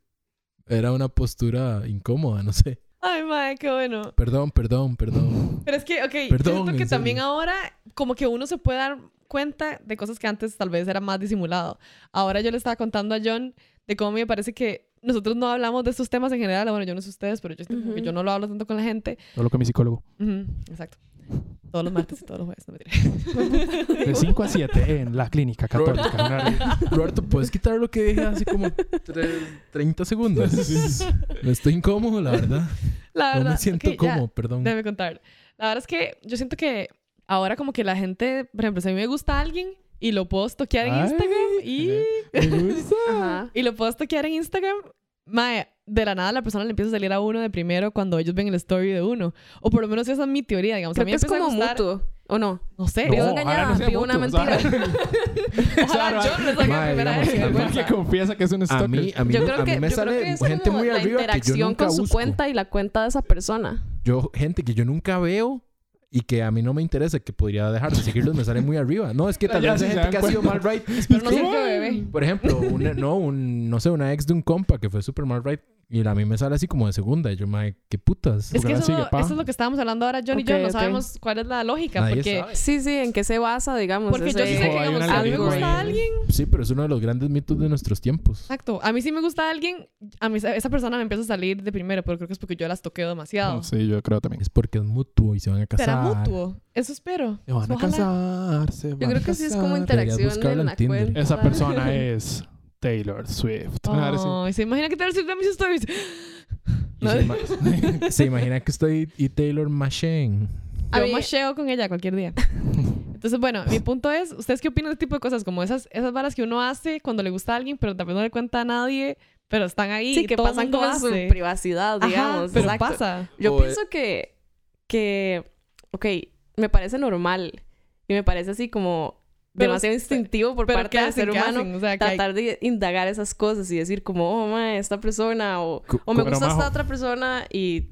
[SPEAKER 1] era una postura incómoda, no sé.
[SPEAKER 4] Ay, mae, qué bueno.
[SPEAKER 1] Perdón, perdón, perdón.
[SPEAKER 4] Pero es que, ok, yo
[SPEAKER 1] Perdón,
[SPEAKER 4] siento que
[SPEAKER 1] en
[SPEAKER 4] también
[SPEAKER 1] serio.
[SPEAKER 4] ahora como que uno se puede dar cuenta de cosas que antes tal vez era más disimulado. Ahora yo le estaba contando a John de cómo me parece que nosotros no hablamos de estos temas en general. Bueno, yo no sé ustedes, pero yo, siento como que
[SPEAKER 3] Ujú.
[SPEAKER 4] yo no lo hablo tanto con la gente.
[SPEAKER 2] Todo lo que mi psicólogo.
[SPEAKER 4] Ujú, exacto. Todos los martes y todos los jueves, no me
[SPEAKER 2] De 5 a 7 en la clínica católica. Una-
[SPEAKER 1] Roberto, ¿puedes quitar lo que dije hace como tres- 30 segundos? No estoy incómodo, la verdad.
[SPEAKER 4] La verdad,
[SPEAKER 1] No me siento
[SPEAKER 4] ok, ya,
[SPEAKER 1] cómodo, perdón.
[SPEAKER 4] Déjame contar. La verdad es que yo siento que ahora como que la gente, por ejemplo, si a mí me gusta alguien y lo puedo toquear en
[SPEAKER 2] Ay,
[SPEAKER 4] Instagram y...
[SPEAKER 2] me gusta.
[SPEAKER 3] Ajá.
[SPEAKER 4] y lo puedo toquear en Instagram, mae, de la nada la persona le empieza a salir a uno de primero cuando ellos ven el story de uno. O por lo menos esa es mi teoría, digamos. a
[SPEAKER 3] Creo
[SPEAKER 4] mí
[SPEAKER 3] que es
[SPEAKER 4] me empieza
[SPEAKER 3] como
[SPEAKER 4] a gustar-
[SPEAKER 3] mutuo, ¿o no?
[SPEAKER 4] No sé.
[SPEAKER 3] Vio
[SPEAKER 2] No,
[SPEAKER 3] engañada,
[SPEAKER 2] ojalá no sea
[SPEAKER 3] vio una
[SPEAKER 2] mutuo, o sea,
[SPEAKER 4] Ojalá
[SPEAKER 2] Claro,
[SPEAKER 4] yo le saque
[SPEAKER 1] mae,
[SPEAKER 4] primera
[SPEAKER 1] digamos,
[SPEAKER 4] vez.
[SPEAKER 1] a
[SPEAKER 4] qué
[SPEAKER 1] mí
[SPEAKER 2] Juan que
[SPEAKER 4] vergüenza.
[SPEAKER 2] confiesa que es un
[SPEAKER 1] A
[SPEAKER 2] stalker.
[SPEAKER 1] mí, a mí,
[SPEAKER 3] Yo
[SPEAKER 1] no-
[SPEAKER 3] creo
[SPEAKER 1] a mí
[SPEAKER 3] que,
[SPEAKER 1] me
[SPEAKER 3] yo creo que
[SPEAKER 1] sale
[SPEAKER 3] es
[SPEAKER 1] gente
[SPEAKER 3] como
[SPEAKER 1] muy
[SPEAKER 3] la
[SPEAKER 1] arriba que yo
[SPEAKER 3] interacción
[SPEAKER 1] nunca
[SPEAKER 3] con su
[SPEAKER 1] busco.
[SPEAKER 3] cuenta y la cuenta de esa persona.
[SPEAKER 1] Yo, gente que yo nunca veo y que a mí no me interesa, que podría dejar de seguirlos, me sale muy arriba. No, es que tal
[SPEAKER 2] Ya,
[SPEAKER 1] vez
[SPEAKER 2] si
[SPEAKER 1] hay
[SPEAKER 2] se
[SPEAKER 1] gente
[SPEAKER 2] dan
[SPEAKER 1] que ha sido mal
[SPEAKER 2] cuenta.
[SPEAKER 1] right.
[SPEAKER 4] Pero no
[SPEAKER 1] Sí.
[SPEAKER 4] sé qué bebé.
[SPEAKER 1] Por ejemplo, una, no, un, no sé, una ex de un compa que fue super mal right y a mí me sale así como de segunda. Y yo, madre, qué putas.
[SPEAKER 4] Es
[SPEAKER 2] Porque
[SPEAKER 4] que
[SPEAKER 2] la
[SPEAKER 4] eso,
[SPEAKER 2] sigue, pa.
[SPEAKER 4] eso es lo que estábamos hablando ahora, John y yo.
[SPEAKER 3] Ok,
[SPEAKER 4] No
[SPEAKER 3] ok.
[SPEAKER 4] sabemos cuál es la lógica.
[SPEAKER 1] Nadie
[SPEAKER 4] porque
[SPEAKER 1] sabe.
[SPEAKER 3] Sí, sí, ¿en qué se basa, digamos?
[SPEAKER 4] porque yo sí
[SPEAKER 3] Pues ese-
[SPEAKER 4] sé que,
[SPEAKER 2] Fijo, hay un
[SPEAKER 4] digamos, a mí me
[SPEAKER 3] algoritmo
[SPEAKER 4] gusta
[SPEAKER 3] ahí.
[SPEAKER 4] alguien.
[SPEAKER 1] Sí, pero es uno de los grandes mitos de nuestros tiempos.
[SPEAKER 4] Exacto. A mí sí me gusta alguien. A mí esa esa persona me empieza a salir de primero, pero creo que es porque yo las toqueo demasiado.
[SPEAKER 2] Sí, yo creo también.
[SPEAKER 1] Es porque es mutuo y se van a casar.
[SPEAKER 4] Será mutuo. Eso espero.
[SPEAKER 2] Se van a
[SPEAKER 4] Ojalá.
[SPEAKER 2] casar, se van
[SPEAKER 3] Yo creo que sí es como
[SPEAKER 2] a casar.
[SPEAKER 1] Deberías
[SPEAKER 3] interacción de
[SPEAKER 1] buscarlo en
[SPEAKER 3] la
[SPEAKER 1] Tinder.
[SPEAKER 3] cuenta.
[SPEAKER 2] Esa persona es Taylor Swift.
[SPEAKER 4] Oh,
[SPEAKER 2] Una vara así.
[SPEAKER 4] Ay, se imagina que Taylor Swift ve mis stories.
[SPEAKER 1] Y se, ima- se imagina que estoy y Taylor Machine.
[SPEAKER 3] A
[SPEAKER 4] Yo
[SPEAKER 3] mí-
[SPEAKER 4] macheo con ella cualquier día. Entonces, bueno, mi punto es, ¿ustedes qué opinan de este tipo de cosas? Como esas, esas varas que uno hace cuando le gusta a alguien, pero también no le cuenta a nadie, pero están ahí.
[SPEAKER 3] Sí,
[SPEAKER 4] y
[SPEAKER 3] que
[SPEAKER 4] todo el
[SPEAKER 3] pasan
[SPEAKER 4] mundo
[SPEAKER 3] como en su
[SPEAKER 4] hace.
[SPEAKER 3] privacidad,
[SPEAKER 4] Ajá,
[SPEAKER 3] digamos.
[SPEAKER 4] pero
[SPEAKER 3] exacto.
[SPEAKER 4] pasa.
[SPEAKER 3] Yo
[SPEAKER 1] O, eh,
[SPEAKER 3] pienso que, que, ok, me parece normal y me parece así como
[SPEAKER 4] Pero-
[SPEAKER 3] demasiado instintivo por
[SPEAKER 4] Pero
[SPEAKER 3] parte
[SPEAKER 4] ¿qué
[SPEAKER 3] del
[SPEAKER 4] hacen?
[SPEAKER 3] ser
[SPEAKER 4] ¿Qué
[SPEAKER 3] humano
[SPEAKER 4] hacen? O sea, que hay-
[SPEAKER 3] tratar de indagar esas cosas y decir como, oh, ma, esta persona o,
[SPEAKER 1] Cu-
[SPEAKER 3] o me
[SPEAKER 2] pero,
[SPEAKER 3] gusta
[SPEAKER 2] majo.
[SPEAKER 3] esta otra persona y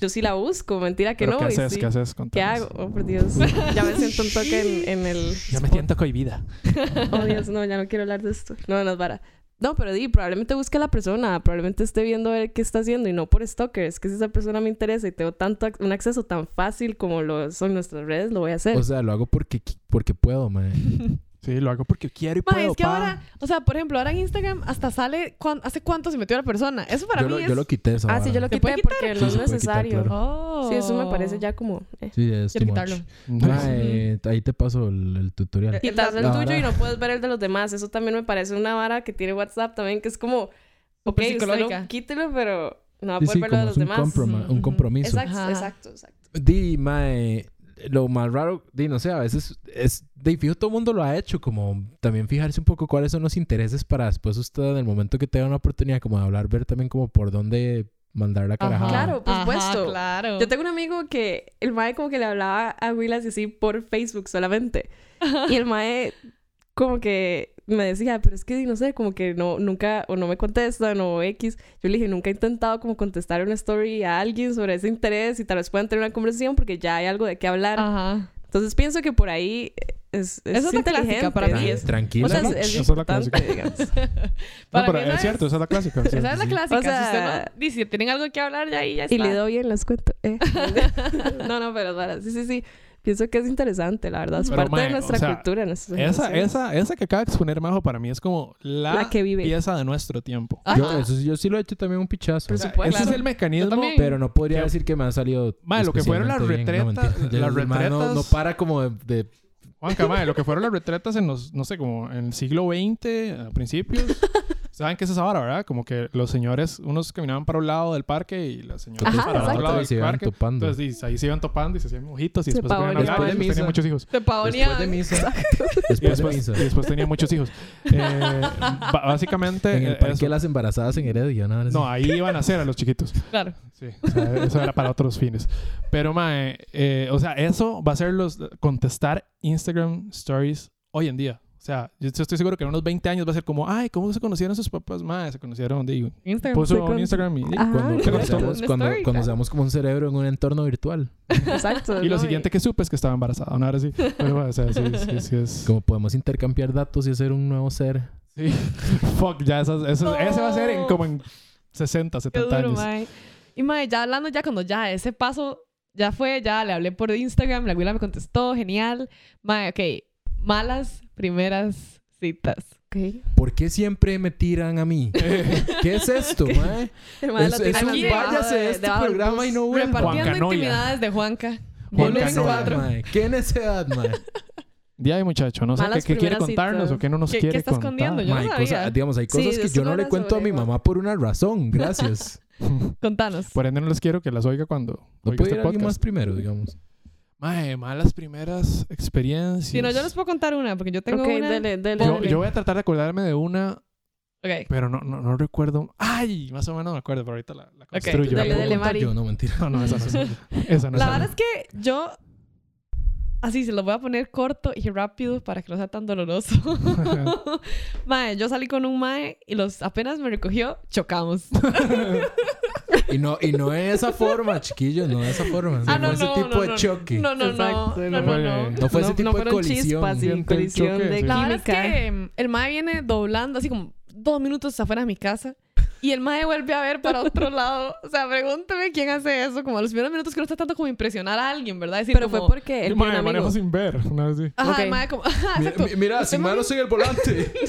[SPEAKER 3] yo sí la busco, mentira que
[SPEAKER 2] Pero
[SPEAKER 3] no.
[SPEAKER 2] ¿Qué
[SPEAKER 3] y
[SPEAKER 2] haces?
[SPEAKER 3] sí.
[SPEAKER 2] ¿Qué haces? con
[SPEAKER 3] ¿Qué
[SPEAKER 2] Taylor
[SPEAKER 3] hago? Oh, por Dios. Ya me siento un toque en, en el...
[SPEAKER 2] Swift? Ya me siento cohibida.
[SPEAKER 3] Oh, Dios, no, ya no quiero hablar de esto. No, no es vara. No, pero di, probablemente busque a la persona, probablemente esté viendo a ver qué está haciendo y no por stalkers, que si esa persona me interesa y tengo tanto ac- un acceso tan fácil como lo son nuestras redes, lo voy a
[SPEAKER 4] Eh.
[SPEAKER 2] Pues,
[SPEAKER 3] hacer.
[SPEAKER 1] O sea, lo hago porque, qui- porque puedo, mae.
[SPEAKER 2] Sí, lo hago porque quiero y
[SPEAKER 4] Ma,
[SPEAKER 2] puedo,
[SPEAKER 4] es que
[SPEAKER 2] pa.
[SPEAKER 4] ahora, o sea, por ejemplo, ahora en Instagram hasta sale cuán- hace cuánto se metió la persona. Eso para
[SPEAKER 1] yo,
[SPEAKER 4] mí
[SPEAKER 1] lo,
[SPEAKER 4] es...
[SPEAKER 1] yo lo quité esa
[SPEAKER 3] ah, sí,
[SPEAKER 1] vara.
[SPEAKER 3] yo lo
[SPEAKER 4] ¿Se
[SPEAKER 3] quité
[SPEAKER 4] puede quitar?
[SPEAKER 3] porque
[SPEAKER 1] Sí,
[SPEAKER 3] no
[SPEAKER 1] se
[SPEAKER 3] es
[SPEAKER 1] puede quitar,
[SPEAKER 3] necesario.
[SPEAKER 1] claro.
[SPEAKER 4] Oh.
[SPEAKER 3] Sí, eso me parece ya como... eh.
[SPEAKER 1] Sí, es
[SPEAKER 4] Quiero
[SPEAKER 1] too much.
[SPEAKER 4] quitarlo.
[SPEAKER 1] Mae, ahí te paso el, Eh, el tutorial.
[SPEAKER 4] El
[SPEAKER 3] Quitas el
[SPEAKER 1] dato.
[SPEAKER 3] tuyo
[SPEAKER 1] Ahora.
[SPEAKER 3] y no puedes ver el de los demás. Eso también me parece una vara que tiene WhatsApp también, que es como... Ok, usted
[SPEAKER 4] Súper pues psicológica.
[SPEAKER 3] lo quítelo, pero no va a
[SPEAKER 1] Sí,
[SPEAKER 3] poder
[SPEAKER 1] sí,
[SPEAKER 3] ver lo Ah, pues, de
[SPEAKER 1] como
[SPEAKER 3] los
[SPEAKER 1] es un,
[SPEAKER 3] demás.
[SPEAKER 1] comproma- un
[SPEAKER 4] Ujú.
[SPEAKER 1] compromiso.
[SPEAKER 3] Exacto,
[SPEAKER 4] Ajá.
[SPEAKER 3] exacto, exacto.
[SPEAKER 1] Di, mae, lo más raro, di, no sé, a veces es, de fijo todo el mundo lo ha hecho, como también fijarse un poco cuáles son los intereses para después usted en el momento que tenga una oportunidad como de hablar, ver también como por dónde mandar la carajada.
[SPEAKER 3] Claro, por
[SPEAKER 4] Ajá,
[SPEAKER 3] supuesto.
[SPEAKER 4] claro.
[SPEAKER 3] Yo tengo un amigo que el mae como que le hablaba a Willas y así por Facebook solamente. Y el mae como que me decía, pero es que no sé, como que no, nunca, o no me contestan, o X. Yo le dije, nunca he intentado como contestar una story a alguien sobre ese interés y tal vez puedan tener una conversación porque ya hay algo de qué hablar.
[SPEAKER 4] Ajá.
[SPEAKER 3] Entonces pienso que por ahí eh, es, es,
[SPEAKER 4] Esa es la clásica
[SPEAKER 3] inteligente.
[SPEAKER 4] para mí.
[SPEAKER 1] Tran-
[SPEAKER 3] y es-
[SPEAKER 1] Tranquila.
[SPEAKER 3] o sea, es,
[SPEAKER 1] ¿no?
[SPEAKER 3] es
[SPEAKER 2] Esa es la clásica.
[SPEAKER 3] importante, digamos.
[SPEAKER 4] Para
[SPEAKER 2] No, pero
[SPEAKER 4] mí esa
[SPEAKER 2] es cierto, esa es la clásica. sí.
[SPEAKER 4] Esa es la clásica.
[SPEAKER 3] O sea-
[SPEAKER 4] si usted no dice, tienen algo que hablar ya ahí, ya está.
[SPEAKER 3] Y le doy en las cuentas. eh. no, no, pero para, sí, sí, sí. Pienso que es interesante, la verdad. Es
[SPEAKER 2] Pero,
[SPEAKER 3] parte
[SPEAKER 2] mae,
[SPEAKER 3] de
[SPEAKER 2] o
[SPEAKER 3] nuestra
[SPEAKER 2] sea,
[SPEAKER 3] cultura. nuestra
[SPEAKER 2] Esa,
[SPEAKER 3] generación.
[SPEAKER 2] esa, esa que acaba de exponer Majo para mí es como la,
[SPEAKER 3] La que vive.
[SPEAKER 2] pieza de nuestro tiempo.
[SPEAKER 4] Ajá.
[SPEAKER 1] yo, eso sí- yo sí lo he hecho también un pichazo.
[SPEAKER 3] Ah. Por
[SPEAKER 2] O sea,
[SPEAKER 3] supuesto.
[SPEAKER 2] Ese es el
[SPEAKER 4] Yo
[SPEAKER 2] mecanismo.
[SPEAKER 4] también.
[SPEAKER 1] Pero no podría
[SPEAKER 2] Yo-
[SPEAKER 1] decir que me ha salido.
[SPEAKER 2] Mae, lo que fueron las
[SPEAKER 1] especialmente bien. No,
[SPEAKER 2] retretas-
[SPEAKER 1] mentira.
[SPEAKER 2] las
[SPEAKER 1] El mae no- No,
[SPEAKER 2] retretas-
[SPEAKER 1] para como de. de-
[SPEAKER 2] Juanca, mae, lo que fueron las retretas en los, no sé, como en el siglo XX, a principios. ¿Saben qué es esa vara, verdad? Como que los señores, unos caminaban para un lado del parque y las señoras
[SPEAKER 3] Ajá,
[SPEAKER 2] para
[SPEAKER 3] exacto.
[SPEAKER 2] otro lado
[SPEAKER 1] Y se
[SPEAKER 2] del
[SPEAKER 1] iban
[SPEAKER 2] parque.
[SPEAKER 1] topando.
[SPEAKER 2] Entonces, sí, ahí se iban topando y se hacían ojitos y
[SPEAKER 3] Se
[SPEAKER 2] después se ponían a
[SPEAKER 1] pavoneaban.
[SPEAKER 2] hablar y
[SPEAKER 1] Después de
[SPEAKER 2] después tenían
[SPEAKER 1] misa.
[SPEAKER 2] muchos hijos.
[SPEAKER 4] Te
[SPEAKER 1] después
[SPEAKER 4] pavonean.
[SPEAKER 1] de misa.
[SPEAKER 2] Y
[SPEAKER 1] Después de
[SPEAKER 2] después,
[SPEAKER 1] misa.
[SPEAKER 2] y después tenía muchos hijos. Eh, ba- básicamente,
[SPEAKER 1] En
[SPEAKER 2] eh,
[SPEAKER 1] el parque
[SPEAKER 2] eso.
[SPEAKER 1] de las embarazadas en Heredia. una vez así.
[SPEAKER 2] no, ahí iban a hacer a los chiquitos.
[SPEAKER 4] Claro.
[SPEAKER 2] Sí, o sea, eso era para otros fines. Pero, mae, eh, o sea, eso va a ser los contestar Instagram Stories hoy en día. O sea, yo yo estoy seguro que en unos 20 años va a ser como, ay, ¿cómo se conocieron sus papás? Mae, se conocieron, digo,
[SPEAKER 4] Instagram.
[SPEAKER 2] puso
[SPEAKER 3] se
[SPEAKER 2] un
[SPEAKER 3] con-
[SPEAKER 2] Instagram y...
[SPEAKER 3] Ajá,
[SPEAKER 1] Cuando,
[SPEAKER 2] ¿Qué
[SPEAKER 1] cuando
[SPEAKER 2] pasó?
[SPEAKER 1] seamos-
[SPEAKER 4] Una
[SPEAKER 1] cuando,
[SPEAKER 4] story,
[SPEAKER 1] cuando
[SPEAKER 4] claro.
[SPEAKER 1] seamos como un cerebro en un entorno virtual.
[SPEAKER 3] Exacto.
[SPEAKER 2] Y lo
[SPEAKER 3] ¿no?
[SPEAKER 2] siguiente que supe es que estaba embarazada, una hora así. Pero, bueno, o sea, sí, sí, sí es...
[SPEAKER 1] Como podemos intercambiar datos y hacer un nuevo ser.
[SPEAKER 2] Sí. Fuck, ya esas, eso,
[SPEAKER 4] No.
[SPEAKER 2] ese va a ser en, como en 60,
[SPEAKER 4] Qué
[SPEAKER 2] 70
[SPEAKER 4] duro,
[SPEAKER 2] años.
[SPEAKER 4] mae. Y mae, ya hablando, ya cuando ya ese paso ya fue, ya le hablé por Instagram, la güila me contestó, genial. Mae, ok. Malas primeras citas.
[SPEAKER 3] Ok.
[SPEAKER 1] ¿Por qué siempre me tiran a mí? ¿Qué es esto, mae?
[SPEAKER 3] El mae
[SPEAKER 1] Es,
[SPEAKER 3] la tiene
[SPEAKER 1] es un
[SPEAKER 3] aquí
[SPEAKER 4] debajo
[SPEAKER 1] váyase de este
[SPEAKER 3] debajo del
[SPEAKER 1] programa y no vuelva.
[SPEAKER 2] Juan
[SPEAKER 4] Repartiendo
[SPEAKER 2] Canoya.
[SPEAKER 4] intimidades de Juanca.
[SPEAKER 1] ¿Qué
[SPEAKER 2] Juan
[SPEAKER 1] necedad,
[SPEAKER 2] Canoya.
[SPEAKER 1] mae? ¿Qué necedad, mae?
[SPEAKER 2] Ya, hay, muchacho, no sé qué,
[SPEAKER 3] Malas
[SPEAKER 2] qué quiere
[SPEAKER 3] primeras
[SPEAKER 2] contarnos
[SPEAKER 3] citas.
[SPEAKER 2] o qué no nos
[SPEAKER 4] ¿Qué- qué
[SPEAKER 2] quiere
[SPEAKER 4] está
[SPEAKER 2] contar.
[SPEAKER 4] escondiendo? Yo no
[SPEAKER 1] Mae,
[SPEAKER 4] sabía.
[SPEAKER 1] cosas- digamos, hay
[SPEAKER 3] Sí,
[SPEAKER 1] cosas que
[SPEAKER 3] es
[SPEAKER 1] yo
[SPEAKER 3] una
[SPEAKER 1] no le
[SPEAKER 3] hora
[SPEAKER 1] cuento a mi
[SPEAKER 3] sobre-
[SPEAKER 1] mamá por una razón. Gracias.
[SPEAKER 4] Contanos.
[SPEAKER 2] Por ende no les quiero que las oiga cuando
[SPEAKER 1] No
[SPEAKER 2] oiga
[SPEAKER 1] puede
[SPEAKER 2] este
[SPEAKER 1] ir alguien más
[SPEAKER 2] podcast.
[SPEAKER 1] primero, digamos.
[SPEAKER 2] Mae, malas primeras experiencias.
[SPEAKER 4] Si no, yo les puedo contar una, porque yo tengo
[SPEAKER 3] ok,
[SPEAKER 4] una.
[SPEAKER 3] dele, dele.
[SPEAKER 2] Yo,
[SPEAKER 3] dele.
[SPEAKER 2] yo voy a tratar de acordarme de una,
[SPEAKER 4] Ok.
[SPEAKER 2] pero no, no, no recuerdo. ¡Ay! Más o menos me acuerdo, pero ahorita la, la construyo.
[SPEAKER 1] ¿La
[SPEAKER 3] dale,
[SPEAKER 1] puedo
[SPEAKER 3] dale,
[SPEAKER 1] contar
[SPEAKER 3] Mari.
[SPEAKER 1] Yo no, mentira.
[SPEAKER 2] No, no, esa no es. Esa no
[SPEAKER 4] La
[SPEAKER 2] es.
[SPEAKER 4] verdad es que yo. Así se los voy a poner corto y rápido para que no sea tan doloroso. mae, yo salí con un mae y los apenas me recogió, chocamos.
[SPEAKER 1] Y no, y no de esa forma, chiquillos, no de esa forma.
[SPEAKER 4] Ah,
[SPEAKER 1] no,
[SPEAKER 4] no,
[SPEAKER 1] ese
[SPEAKER 4] no,
[SPEAKER 1] tipo
[SPEAKER 4] no,
[SPEAKER 1] de
[SPEAKER 4] no,
[SPEAKER 1] choque.
[SPEAKER 4] No, no, no.
[SPEAKER 3] Exacto,
[SPEAKER 4] No,
[SPEAKER 2] no
[SPEAKER 4] no, no.
[SPEAKER 2] fue-
[SPEAKER 1] No fue ese tipo de
[SPEAKER 3] fueron
[SPEAKER 1] colisión.
[SPEAKER 3] chispas y
[SPEAKER 2] Siento el
[SPEAKER 3] colisión
[SPEAKER 2] choque,
[SPEAKER 3] de
[SPEAKER 2] sí.
[SPEAKER 4] La verdad es
[SPEAKER 3] química.
[SPEAKER 4] que mm, el mae viene doblando así como dos minutos afuera de mi casa y el mae vuelve a ver para otro lado. O sea, pregúntame quién hace eso. Como a los primeros minutos que uno está tratando como impresionar a alguien, ¿verdad? Decir
[SPEAKER 3] Pero fue
[SPEAKER 4] como-
[SPEAKER 3] porque él
[SPEAKER 2] Mae,
[SPEAKER 3] tiene un amigo.
[SPEAKER 2] manejo sin ver. Una vez así.
[SPEAKER 4] Ajá,
[SPEAKER 3] Ok.
[SPEAKER 4] el mae como... Ajá,
[SPEAKER 1] Mira,
[SPEAKER 4] exacto.
[SPEAKER 1] mi- mira,
[SPEAKER 4] Usted
[SPEAKER 1] sin
[SPEAKER 4] me-
[SPEAKER 1] manos soy el volante.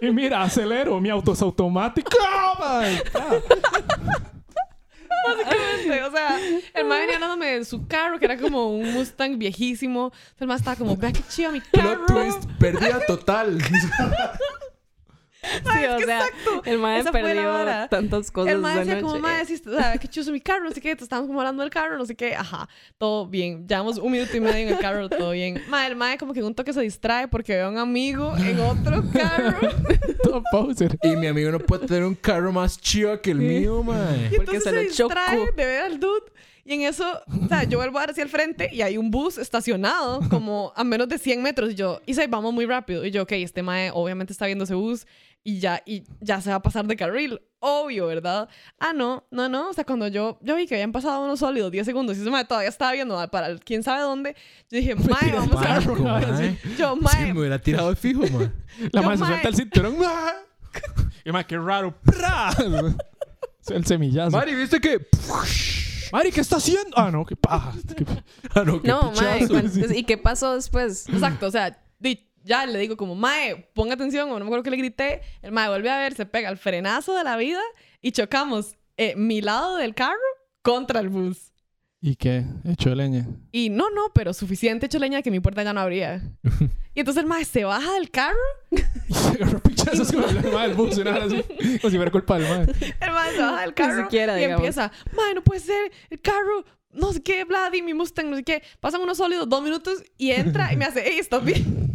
[SPEAKER 2] Y mira, acelero, mi auto es automático. mae. Ah,
[SPEAKER 4] Básicamente, o sea, el mae venía hablándome de su carro, que era como un Mustang viejísimo. O sea, el mae estaba como, vea qué chido mi
[SPEAKER 1] Plot
[SPEAKER 4] carro.
[SPEAKER 1] twist, pérdida total.
[SPEAKER 3] Sí, o sea, el mae
[SPEAKER 4] Esa fue la
[SPEAKER 3] perdió
[SPEAKER 4] vara.
[SPEAKER 3] tantas cosas.
[SPEAKER 4] el mae
[SPEAKER 3] esa
[SPEAKER 4] decía como,
[SPEAKER 3] noche.
[SPEAKER 4] mae, si, o sea, que chuzo mi carro, no sé qué, te estábamos como hablando del carro, no sé qué, ajá, todo bien, llevamos un minuto y medio en el carro, todo bien. Mae, el mae como que en un toque se distrae porque ve a un amigo en otro carro.
[SPEAKER 2] Todo poser.
[SPEAKER 1] Y mi amigo no puede tener un carro más chido que el mío, mae.
[SPEAKER 4] Y
[SPEAKER 3] Porque
[SPEAKER 4] entonces
[SPEAKER 3] se
[SPEAKER 4] se,
[SPEAKER 3] lo
[SPEAKER 4] distrae
[SPEAKER 3] chocó.
[SPEAKER 4] de ver al dude. Y en eso, o sea, yo vuelvo a dar hacia el frente y hay un bus estacionado como a menos de 100 metros. Y yo, y vamos muy rápido. Y yo, ok, este mae obviamente está viendo ese bus y ya, y ya se va a pasar de carril. Obvio, ¿verdad? Ah, no, no, no. O sea, cuando yo, yo vi que habían pasado unos sólidos 10 segundos y ese mae todavía estaba viendo para el quién sabe dónde, yo dije, mae,
[SPEAKER 2] tiré
[SPEAKER 4] vamos a...
[SPEAKER 2] barro.
[SPEAKER 1] Barco,
[SPEAKER 2] ahora
[SPEAKER 1] mae.
[SPEAKER 4] Yo,
[SPEAKER 1] Sí,
[SPEAKER 4] mae,
[SPEAKER 1] me hubiera tirado de fijo, mae.
[SPEAKER 2] La
[SPEAKER 4] Yo,
[SPEAKER 2] madre se
[SPEAKER 4] mae.
[SPEAKER 2] suelta el cinturón. ¡Ah! Y más, qué raro. ¡Pra! Es El semillazo. Mari,
[SPEAKER 1] Mari, ¿viste que?
[SPEAKER 2] ¿qué está haciendo? Ah, no, qué paja. Qué pa-
[SPEAKER 1] Ah, no, qué
[SPEAKER 3] No, mae.
[SPEAKER 1] pichazo.
[SPEAKER 3] cuan- ¿Y qué pasó después?
[SPEAKER 4] Exacto, o sea, di- ya le digo como, mae, ponga atención, o no me acuerdo que le grité, el mae vuelve a ver, se pega el frenazo de la vida y chocamos eh, mi lado del carro contra el bus.
[SPEAKER 2] ¿Y qué? Hecho de leña.
[SPEAKER 4] Y no, no, pero suficiente hecho leña que mi puerta ya no abría. Y entonces el mae se baja del carro,
[SPEAKER 2] Y se agarró pichazos con la madre del bus. Una hora así. Como si fuera culpa del madre.
[SPEAKER 4] el mae se baja del
[SPEAKER 3] Ni
[SPEAKER 4] carro
[SPEAKER 3] siquiera,
[SPEAKER 4] y
[SPEAKER 3] digamos.
[SPEAKER 4] empieza, mae, no puede ser, el carro, no sé qué, Vladi, mi Mustang, no sé qué. Pasan unos sólidos dos minutos y entra y me hace, hey, ¿estás bien?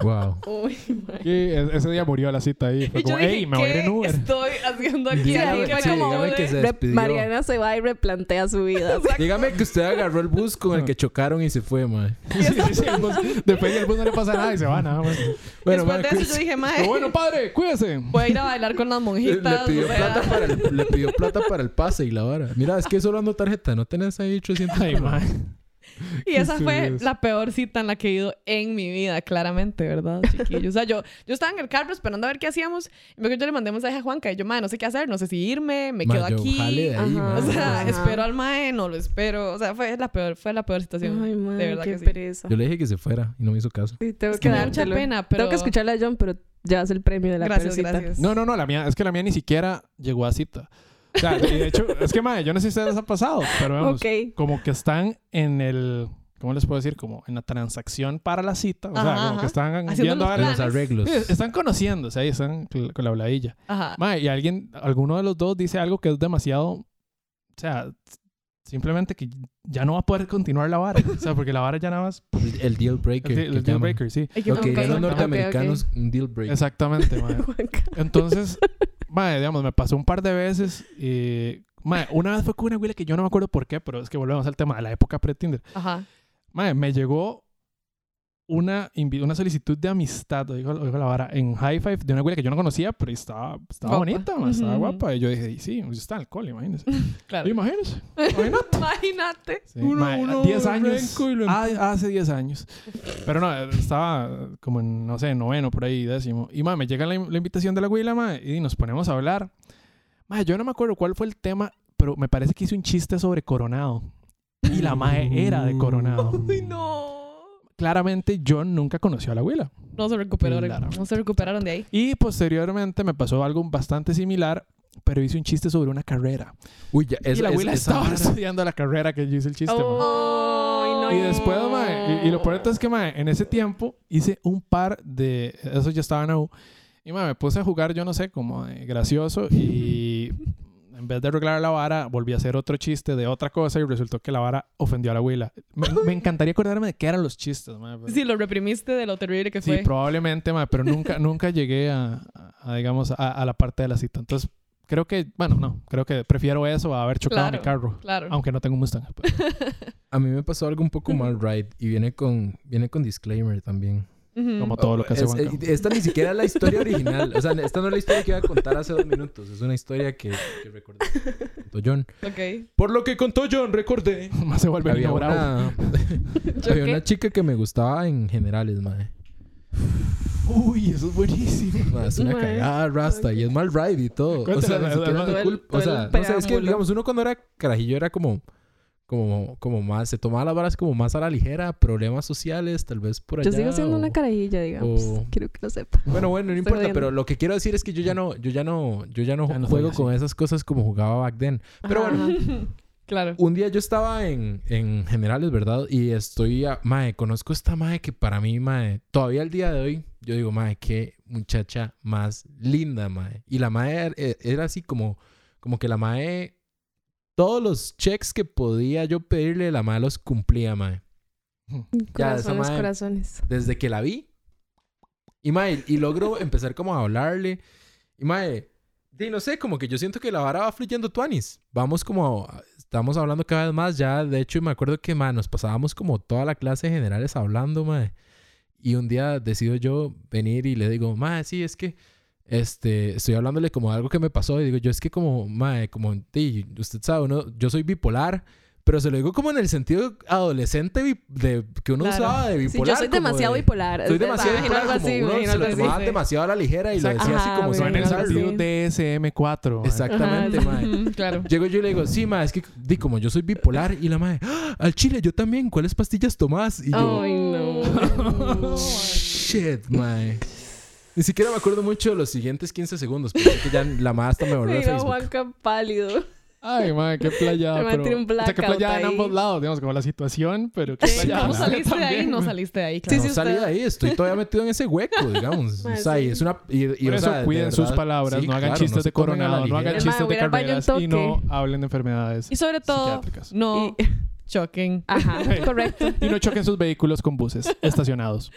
[SPEAKER 1] Wow.
[SPEAKER 3] Uy, mae.
[SPEAKER 2] Y e- ese día murió la cita ahí. Fue
[SPEAKER 4] Y yo
[SPEAKER 2] como,
[SPEAKER 4] dije,
[SPEAKER 2] ¡ey, me voy a ir en
[SPEAKER 4] ¿qué
[SPEAKER 2] Uber!
[SPEAKER 4] estoy haciendo aquí?
[SPEAKER 1] Dígame
[SPEAKER 4] Ahí
[SPEAKER 3] que
[SPEAKER 4] fue
[SPEAKER 3] sí,
[SPEAKER 4] como
[SPEAKER 1] dígame que
[SPEAKER 4] de-
[SPEAKER 1] se-
[SPEAKER 3] Re-
[SPEAKER 1] despidió.
[SPEAKER 3] Mariana se va y replantea su vida.
[SPEAKER 1] Dígame que usted agarró el bus con el que chocaron y se fue, mae.
[SPEAKER 2] Sí, sí, sí, el bus- Después del bus no le pasa nada y se va nada más.
[SPEAKER 1] Bueno,
[SPEAKER 4] Después
[SPEAKER 1] mae,
[SPEAKER 4] de eso yo dije, mae,
[SPEAKER 2] Pero bueno, padre, cuídese.
[SPEAKER 4] voy a ir a bailar con las
[SPEAKER 1] le, le
[SPEAKER 4] monjitas.
[SPEAKER 1] pidió
[SPEAKER 4] o sea,
[SPEAKER 1] plata para el, le pidió plata para el pase y la vara. Mira, es que solo ando tarjeta, no tenés ahí 800.
[SPEAKER 2] Ay, madre.
[SPEAKER 4] y esa fue
[SPEAKER 2] estupidez.
[SPEAKER 4] la peor cita en la que he ido en mi vida, claramente, ¿verdad, chiquillos? O sea, yo, yo estaba en el carro esperando a ver qué hacíamos. Y luego yo le mandé un mensaje a Juanca y yo, mae, no sé qué hacer, no sé si irme, me
[SPEAKER 1] Mae,
[SPEAKER 4] quedo
[SPEAKER 1] yo
[SPEAKER 4] aquí.
[SPEAKER 1] jale de ahí,
[SPEAKER 3] Ajá.
[SPEAKER 1] mae.
[SPEAKER 4] O sea,
[SPEAKER 3] Ajá.
[SPEAKER 4] espero al mae, no lo espero. O sea, fue la peor, fue la peor situación.
[SPEAKER 3] Ay, mae,
[SPEAKER 4] de verdad
[SPEAKER 3] qué
[SPEAKER 4] que sí.
[SPEAKER 3] pereza.
[SPEAKER 1] Yo le dije que se fuera y no me hizo caso.
[SPEAKER 3] Sí, tengo
[SPEAKER 4] Es que me da mucha
[SPEAKER 3] dártelo.
[SPEAKER 4] pena, pero...
[SPEAKER 3] Tengo que escucharla a John, pero ya es el premio de la
[SPEAKER 4] Gracias,
[SPEAKER 3] perecita.
[SPEAKER 4] gracias.
[SPEAKER 2] No, no, no, la mía, es que la mía ni siquiera llegó a cita. O sea, y de hecho, es que madre, yo no sé si ustedes les ha pasado, pero vamos,
[SPEAKER 3] Ok.
[SPEAKER 2] como que están en el, ¿cómo les puedo decir? Como en la transacción para la cita, o sea,
[SPEAKER 4] Ajá,
[SPEAKER 2] como
[SPEAKER 4] ajá.
[SPEAKER 2] que están
[SPEAKER 4] Haciendo
[SPEAKER 2] viendo
[SPEAKER 4] los
[SPEAKER 2] a ver-
[SPEAKER 1] Los
[SPEAKER 4] planes.
[SPEAKER 1] arreglos.
[SPEAKER 2] Sí, están conociéndose, ahí están cl- con la habladilla.
[SPEAKER 4] Ajá.
[SPEAKER 2] Madre, y alguien, alguno de los dos dice algo que es demasiado, o sea, simplemente que ya no va a poder continuar la vara, o sea, porque la vara ya nada más,
[SPEAKER 1] El, el deal breaker.
[SPEAKER 2] el,
[SPEAKER 1] que
[SPEAKER 2] el deal
[SPEAKER 1] llaman.
[SPEAKER 2] breaker, sí.
[SPEAKER 4] Ay, qué
[SPEAKER 1] Lo que
[SPEAKER 4] bronca.
[SPEAKER 1] dirían los
[SPEAKER 2] Ok, ok, ok.
[SPEAKER 1] norteamericanos, un deal breaker.
[SPEAKER 2] Exactamente, madre.
[SPEAKER 3] Juanca.
[SPEAKER 2] Entonces, madre, digamos, me pasó un par de veces y... Madre, una vez fue con una abuela que yo no me acuerdo por qué, pero es que volvemos al tema de la época pre-Tinder.
[SPEAKER 4] Ajá.
[SPEAKER 2] Madre, me llegó una, invi- una solicitud de amistad, lo dijo, lo dijo la vara, en High Five de una abuela que yo no conocía, pero estaba, estaba
[SPEAKER 4] Guapa.
[SPEAKER 2] bonita, madre, estaba
[SPEAKER 4] Ujú.
[SPEAKER 2] guapa. Y yo dije, y sí, pues está alcohol, imagínese.
[SPEAKER 4] Claro.
[SPEAKER 2] Imagínese.
[SPEAKER 4] Imagínate.
[SPEAKER 2] Sí,
[SPEAKER 1] Uno,
[SPEAKER 2] madre,
[SPEAKER 1] uno,
[SPEAKER 2] 10
[SPEAKER 1] uno
[SPEAKER 2] años.
[SPEAKER 1] renco y lo
[SPEAKER 2] Ah, hace 10 años. Pero no, estaba como en, no sé, noveno, por ahí, décimo. Y madre, me llega la, la invitación de la güila, madre, y nos ponemos a hablar. Madre, yo no me acuerdo cuál fue el tema, pero me parece que hice un chiste sobre Coronado. Y la
[SPEAKER 1] Mm.
[SPEAKER 2] madre era de Coronado.
[SPEAKER 4] Ay, no.
[SPEAKER 2] Claramente yo nunca conocí a la güila.
[SPEAKER 4] No se recuperaron.
[SPEAKER 2] Claramente.
[SPEAKER 4] No se recuperaron de ahí.
[SPEAKER 2] Y posteriormente me pasó algo bastante similar, pero hice un chiste sobre una carrera.
[SPEAKER 1] Uy, ya,
[SPEAKER 2] y
[SPEAKER 1] esa-
[SPEAKER 2] la
[SPEAKER 1] es-
[SPEAKER 2] abuela
[SPEAKER 1] esa
[SPEAKER 2] estaba
[SPEAKER 1] vara-
[SPEAKER 2] estudiando la carrera que yo hice el chiste. madre.
[SPEAKER 3] Oh,
[SPEAKER 2] Y después, mae, y, y lo peor de todo es que, mae, en ese tiempo hice un par de... Eso ya estaba en la U. Y, mae, me puse a jugar, yo no sé, como eh, gracioso y... En vez de arreglar la vara, volví a hacer otro chiste de otra cosa y resultó que la vara ofendió a la abuela. Me, me encantaría acordarme de qué eran los chistes, mae, pero-
[SPEAKER 4] Sí, lo reprimiste de lo terrible que
[SPEAKER 2] Sí,
[SPEAKER 4] fue.
[SPEAKER 2] probablemente, mae, pero nunca, nunca llegué a, a- a, digamos, a, a la parte de la cita. Entonces, creo que, bueno, no, creo que prefiero eso a haber chocado mi
[SPEAKER 4] Claro.
[SPEAKER 2] carro.
[SPEAKER 4] Claro.
[SPEAKER 2] Aunque no tengo un Mustang. pues.
[SPEAKER 1] A mí me pasó algo un poco mal, right? Y viene con, viene con disclaimer también.
[SPEAKER 4] Ujú.
[SPEAKER 2] Como todo lo que hace
[SPEAKER 1] Es-
[SPEAKER 2] Juanca.
[SPEAKER 1] es- esta ni siquiera es la historia original. O sea, esta no es la historia que iba a contar hace dos minutos. Es una historia que, que recordé. Contó John.
[SPEAKER 4] Ok.
[SPEAKER 1] Por lo que contó John, recordé.
[SPEAKER 2] Más se vuelve
[SPEAKER 1] Había
[SPEAKER 2] enamorado.
[SPEAKER 1] una,
[SPEAKER 3] ¿Yo
[SPEAKER 1] había
[SPEAKER 3] qué?
[SPEAKER 1] una chica que me gustaba en generales, madre.
[SPEAKER 2] Uy, eso es buenísimo.
[SPEAKER 1] Mae, es una
[SPEAKER 3] Mae.
[SPEAKER 1] cagada rasta y es mal ride y todo. O sea,
[SPEAKER 2] Cuéntala,
[SPEAKER 1] ni siquiera es
[SPEAKER 2] además.
[SPEAKER 1] mi
[SPEAKER 3] Todo el-
[SPEAKER 1] culpa. O
[SPEAKER 3] todo
[SPEAKER 1] sea, no
[SPEAKER 3] el
[SPEAKER 1] sé, es que
[SPEAKER 3] preámbulo.
[SPEAKER 1] digamos, uno cuando era carajillo era como, como, como más, se tomaba las varas como más a la ligera, problemas sociales, tal vez por allá.
[SPEAKER 3] Yo sigo siendo
[SPEAKER 1] o-
[SPEAKER 3] una carajilla, digamos.
[SPEAKER 1] o-
[SPEAKER 3] Quiero que lo sepa.
[SPEAKER 1] Bueno, bueno, no
[SPEAKER 3] Estoy
[SPEAKER 1] importa,
[SPEAKER 3] jodiendo.
[SPEAKER 1] pero lo que quiero decir es que yo ya no, yo ya no, yo ya no
[SPEAKER 2] Ya no
[SPEAKER 1] juego
[SPEAKER 2] juegas,
[SPEAKER 1] con esas cosas como jugaba back then. Pero
[SPEAKER 3] Ajá,
[SPEAKER 1] bueno,
[SPEAKER 3] ajá.
[SPEAKER 4] Claro.
[SPEAKER 1] Un día yo estaba en, en generales, ¿verdad? Y estoy, a, mae, conozco esta mae que para mí, mae, todavía al día de hoy, yo digo, mae, qué muchacha más linda, mae. Y la mae er- er- era así como, como que la mae, todos los checks que podía yo pedirle, la mae los cumplía, mae. Ya, esa
[SPEAKER 3] Mm. Corazones,
[SPEAKER 1] mae-
[SPEAKER 3] corazones.
[SPEAKER 1] Desde que la vi. Y mae, y logro empezar como a hablarle. Y mae, y no sé, como que yo siento que la vara va fluyendo tuanis. Vamos como, a- estamos hablando cada vez más. Ya, de hecho, me acuerdo que, mae, nos pasábamos como toda la clase de generales hablando, mae. Y un día decido yo venir y le digo, mae, sí, es que... Este, estoy hablándole como de algo que me pasó y digo, yo es que como, mae, como, di, usted sabe, uno, yo soy bipolar, pero se lo digo como en el sentido adolescente bi- de, que uno
[SPEAKER 4] Claro.
[SPEAKER 1] usaba de
[SPEAKER 3] Sí,
[SPEAKER 1] bipolar.
[SPEAKER 3] yo soy
[SPEAKER 1] como
[SPEAKER 3] demasiado
[SPEAKER 1] de-
[SPEAKER 3] bipolar.
[SPEAKER 1] Soy demasiado
[SPEAKER 3] Imagino
[SPEAKER 1] bipolar,
[SPEAKER 3] algo
[SPEAKER 1] como
[SPEAKER 3] así,
[SPEAKER 1] uno
[SPEAKER 3] imagino
[SPEAKER 1] se lo
[SPEAKER 3] algo así.
[SPEAKER 1] tomaba demasiado a la ligera y lo
[SPEAKER 2] Exacto.
[SPEAKER 1] decía
[SPEAKER 3] Ajá,
[SPEAKER 1] así como
[SPEAKER 2] Suena
[SPEAKER 1] sin
[SPEAKER 2] el
[SPEAKER 3] Bueno,
[SPEAKER 1] pensarlo.
[SPEAKER 2] sentido
[SPEAKER 3] sí.
[SPEAKER 2] DSM-4. ¿eh?
[SPEAKER 1] Exactamente,
[SPEAKER 3] Ajá,
[SPEAKER 1] mae.
[SPEAKER 4] Ujú, claro.
[SPEAKER 1] Llego yo y le digo, sí, mae, es que di, como yo soy bipolar y la mae, "Ah, al chile yo también, ¿cuáles pastillas tomás? Y yo,
[SPEAKER 3] Ay, no.
[SPEAKER 1] shit, mae. Ni siquiera me acuerdo mucho de los siguientes 15 segundos, porque es que ya la mae hasta me volvió a
[SPEAKER 3] Me iba
[SPEAKER 1] Facebook.
[SPEAKER 3] Juanca pálido.
[SPEAKER 2] Ay, madre, qué playada.
[SPEAKER 3] Me
[SPEAKER 2] pero-
[SPEAKER 3] metí un
[SPEAKER 2] o sea, qué
[SPEAKER 3] blackout
[SPEAKER 2] playada en
[SPEAKER 3] ahí.
[SPEAKER 2] ambos lados, digamos, como la situación, pero qué
[SPEAKER 4] Sí,
[SPEAKER 2] playada.
[SPEAKER 4] ¿Cómo
[SPEAKER 1] claro.
[SPEAKER 4] saliste de ahí? No saliste de ahí, claro.
[SPEAKER 1] no
[SPEAKER 3] sí,
[SPEAKER 1] salí
[SPEAKER 3] usted-
[SPEAKER 1] de ahí, estoy todavía metido en ese hueco, digamos.
[SPEAKER 3] Mae,
[SPEAKER 1] o sea, y
[SPEAKER 3] sí.
[SPEAKER 1] es una. y- y, o
[SPEAKER 2] Por eso
[SPEAKER 1] sea, de
[SPEAKER 2] cuiden sus
[SPEAKER 1] verdad,
[SPEAKER 2] palabras,
[SPEAKER 1] sí,
[SPEAKER 2] no hagan
[SPEAKER 1] claro,
[SPEAKER 2] chistes de
[SPEAKER 1] se tomen a la
[SPEAKER 2] coronado, no hagan
[SPEAKER 1] ligera.
[SPEAKER 3] ligera.
[SPEAKER 2] chistes de
[SPEAKER 3] Hermano, voy a ir al baño
[SPEAKER 2] carreras
[SPEAKER 3] un
[SPEAKER 2] y no
[SPEAKER 3] toque.
[SPEAKER 2] hablen de enfermedades.
[SPEAKER 4] Y sobre todo,
[SPEAKER 2] psiquiátricas.
[SPEAKER 4] no choquen.
[SPEAKER 3] Ajá, correcto.
[SPEAKER 2] Y no choquen sus vehículos con buses estacionados.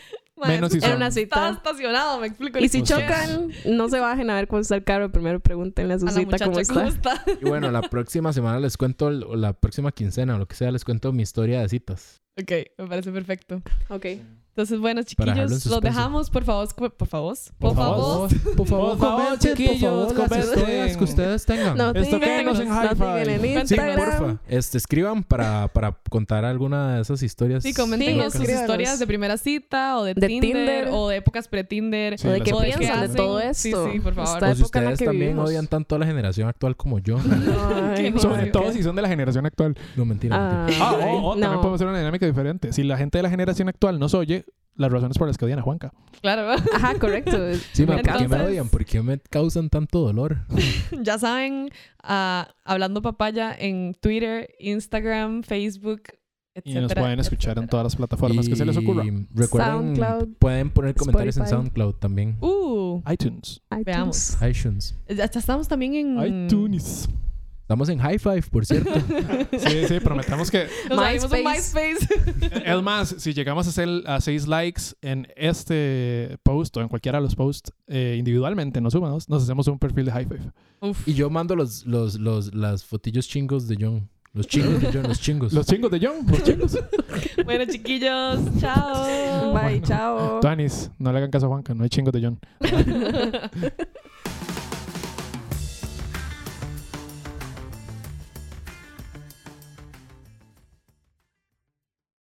[SPEAKER 2] Menos si
[SPEAKER 3] Era
[SPEAKER 2] son-
[SPEAKER 3] una
[SPEAKER 4] Estaba
[SPEAKER 3] cita.
[SPEAKER 4] estacionado, me explico.
[SPEAKER 3] Y si
[SPEAKER 2] O sea.
[SPEAKER 3] chocan, no se bajen a ver cómo está el carro. Primero pregúntenle a su
[SPEAKER 4] a la
[SPEAKER 3] cita
[SPEAKER 4] muchacha,
[SPEAKER 3] cómo está.
[SPEAKER 1] Y bueno, la próxima semana les cuento, el- o la próxima quincena o lo que sea, les cuento mi historia de citas.
[SPEAKER 4] Ok, me parece perfecto.
[SPEAKER 3] Ok.
[SPEAKER 4] Entonces,
[SPEAKER 1] Para dejarlo
[SPEAKER 4] bueno,
[SPEAKER 1] en
[SPEAKER 4] chiquillos, los
[SPEAKER 1] suspenso.
[SPEAKER 4] dejamos, por favor, cu- por favor, por, favor.
[SPEAKER 2] favor.
[SPEAKER 1] Por
[SPEAKER 2] favor, comenten, por favor, las historias
[SPEAKER 1] que
[SPEAKER 2] que
[SPEAKER 1] ustedes
[SPEAKER 2] ustedes
[SPEAKER 1] tengan.
[SPEAKER 3] No
[SPEAKER 2] Ah, Esto
[SPEAKER 3] tengan,
[SPEAKER 2] quédenos en
[SPEAKER 3] no
[SPEAKER 2] hi-fi.
[SPEAKER 3] tengan en
[SPEAKER 4] Sí,
[SPEAKER 1] sí,
[SPEAKER 3] Instagram.
[SPEAKER 1] porfa. Este, escriban para, para contar alguna de esas historias.
[SPEAKER 4] Sí,
[SPEAKER 3] pues, Sí,
[SPEAKER 4] coméntenos
[SPEAKER 1] locas.
[SPEAKER 4] sus
[SPEAKER 3] escríbanos.
[SPEAKER 4] historias de primera cita o de,
[SPEAKER 3] De
[SPEAKER 4] Tinder,
[SPEAKER 3] Tinder.
[SPEAKER 4] o de épocas pre-Tinder.
[SPEAKER 2] Sí,
[SPEAKER 3] ¿O de
[SPEAKER 2] las
[SPEAKER 3] qué
[SPEAKER 4] o
[SPEAKER 2] épocas
[SPEAKER 3] piensan de
[SPEAKER 2] que-
[SPEAKER 4] hacen.
[SPEAKER 3] todo
[SPEAKER 4] Sí,
[SPEAKER 3] esto?
[SPEAKER 4] sí, por favor.
[SPEAKER 3] Esta
[SPEAKER 1] O si
[SPEAKER 3] época en la
[SPEAKER 1] ustedes
[SPEAKER 3] que
[SPEAKER 1] también
[SPEAKER 3] vivimos.
[SPEAKER 1] odian tanto a la generación actual como yo.
[SPEAKER 3] Ay,
[SPEAKER 4] Qué
[SPEAKER 2] Sobre
[SPEAKER 4] Madre,
[SPEAKER 2] todo
[SPEAKER 4] ok.
[SPEAKER 2] si son de la generación actual.
[SPEAKER 1] No, mentira.
[SPEAKER 3] Ah,
[SPEAKER 1] mentira.
[SPEAKER 2] Ah, o, o
[SPEAKER 3] no.
[SPEAKER 2] también podemos hacer una dinámica diferente. Si la gente de la generación actual nos oye, las razones por las que odian a Juanca.
[SPEAKER 4] Claro,
[SPEAKER 3] Ajá, correcto.
[SPEAKER 1] Sí, ma, ¿por qué me
[SPEAKER 4] Entonces-
[SPEAKER 1] odian? ¿Por qué me causan tanto dolor?
[SPEAKER 4] ya saben, ah, hablando papaya en Twitter, Instagram, Facebook,
[SPEAKER 2] Y
[SPEAKER 4] etcétera.
[SPEAKER 2] nos pueden escuchar en
[SPEAKER 4] etcétera.
[SPEAKER 2] todas las plataformas que se les ocurra.
[SPEAKER 1] Y Recuerden,
[SPEAKER 3] SoundCloud,
[SPEAKER 1] pueden poner comentarios en
[SPEAKER 3] Spotify.
[SPEAKER 1] SoundCloud también.
[SPEAKER 4] Uh,
[SPEAKER 2] iTunes.
[SPEAKER 3] iTunes.
[SPEAKER 4] Veamos.
[SPEAKER 1] iTunes.
[SPEAKER 4] ya ya estamos también en...
[SPEAKER 2] iTunes.
[SPEAKER 1] Estamos en High Five, por cierto.
[SPEAKER 2] Sí, sí, prometamos que.
[SPEAKER 4] Nos abrimos un MySpace.
[SPEAKER 2] Es más, si llegamos a, hacer, a seis likes en este post o en cualquiera de los posts eh, individualmente, no sumados, nos hacemos un perfil de High Five.
[SPEAKER 1] Y yo mando los, los, los, las fotillos chingos de John. Los chingos de John, los chingos.
[SPEAKER 2] Los chingos de John, los chingos.
[SPEAKER 4] bueno, chiquillos, chao.
[SPEAKER 3] Bye, chao.
[SPEAKER 2] Tuanis, no le hagan caso a Juanca, no hay chingos de John.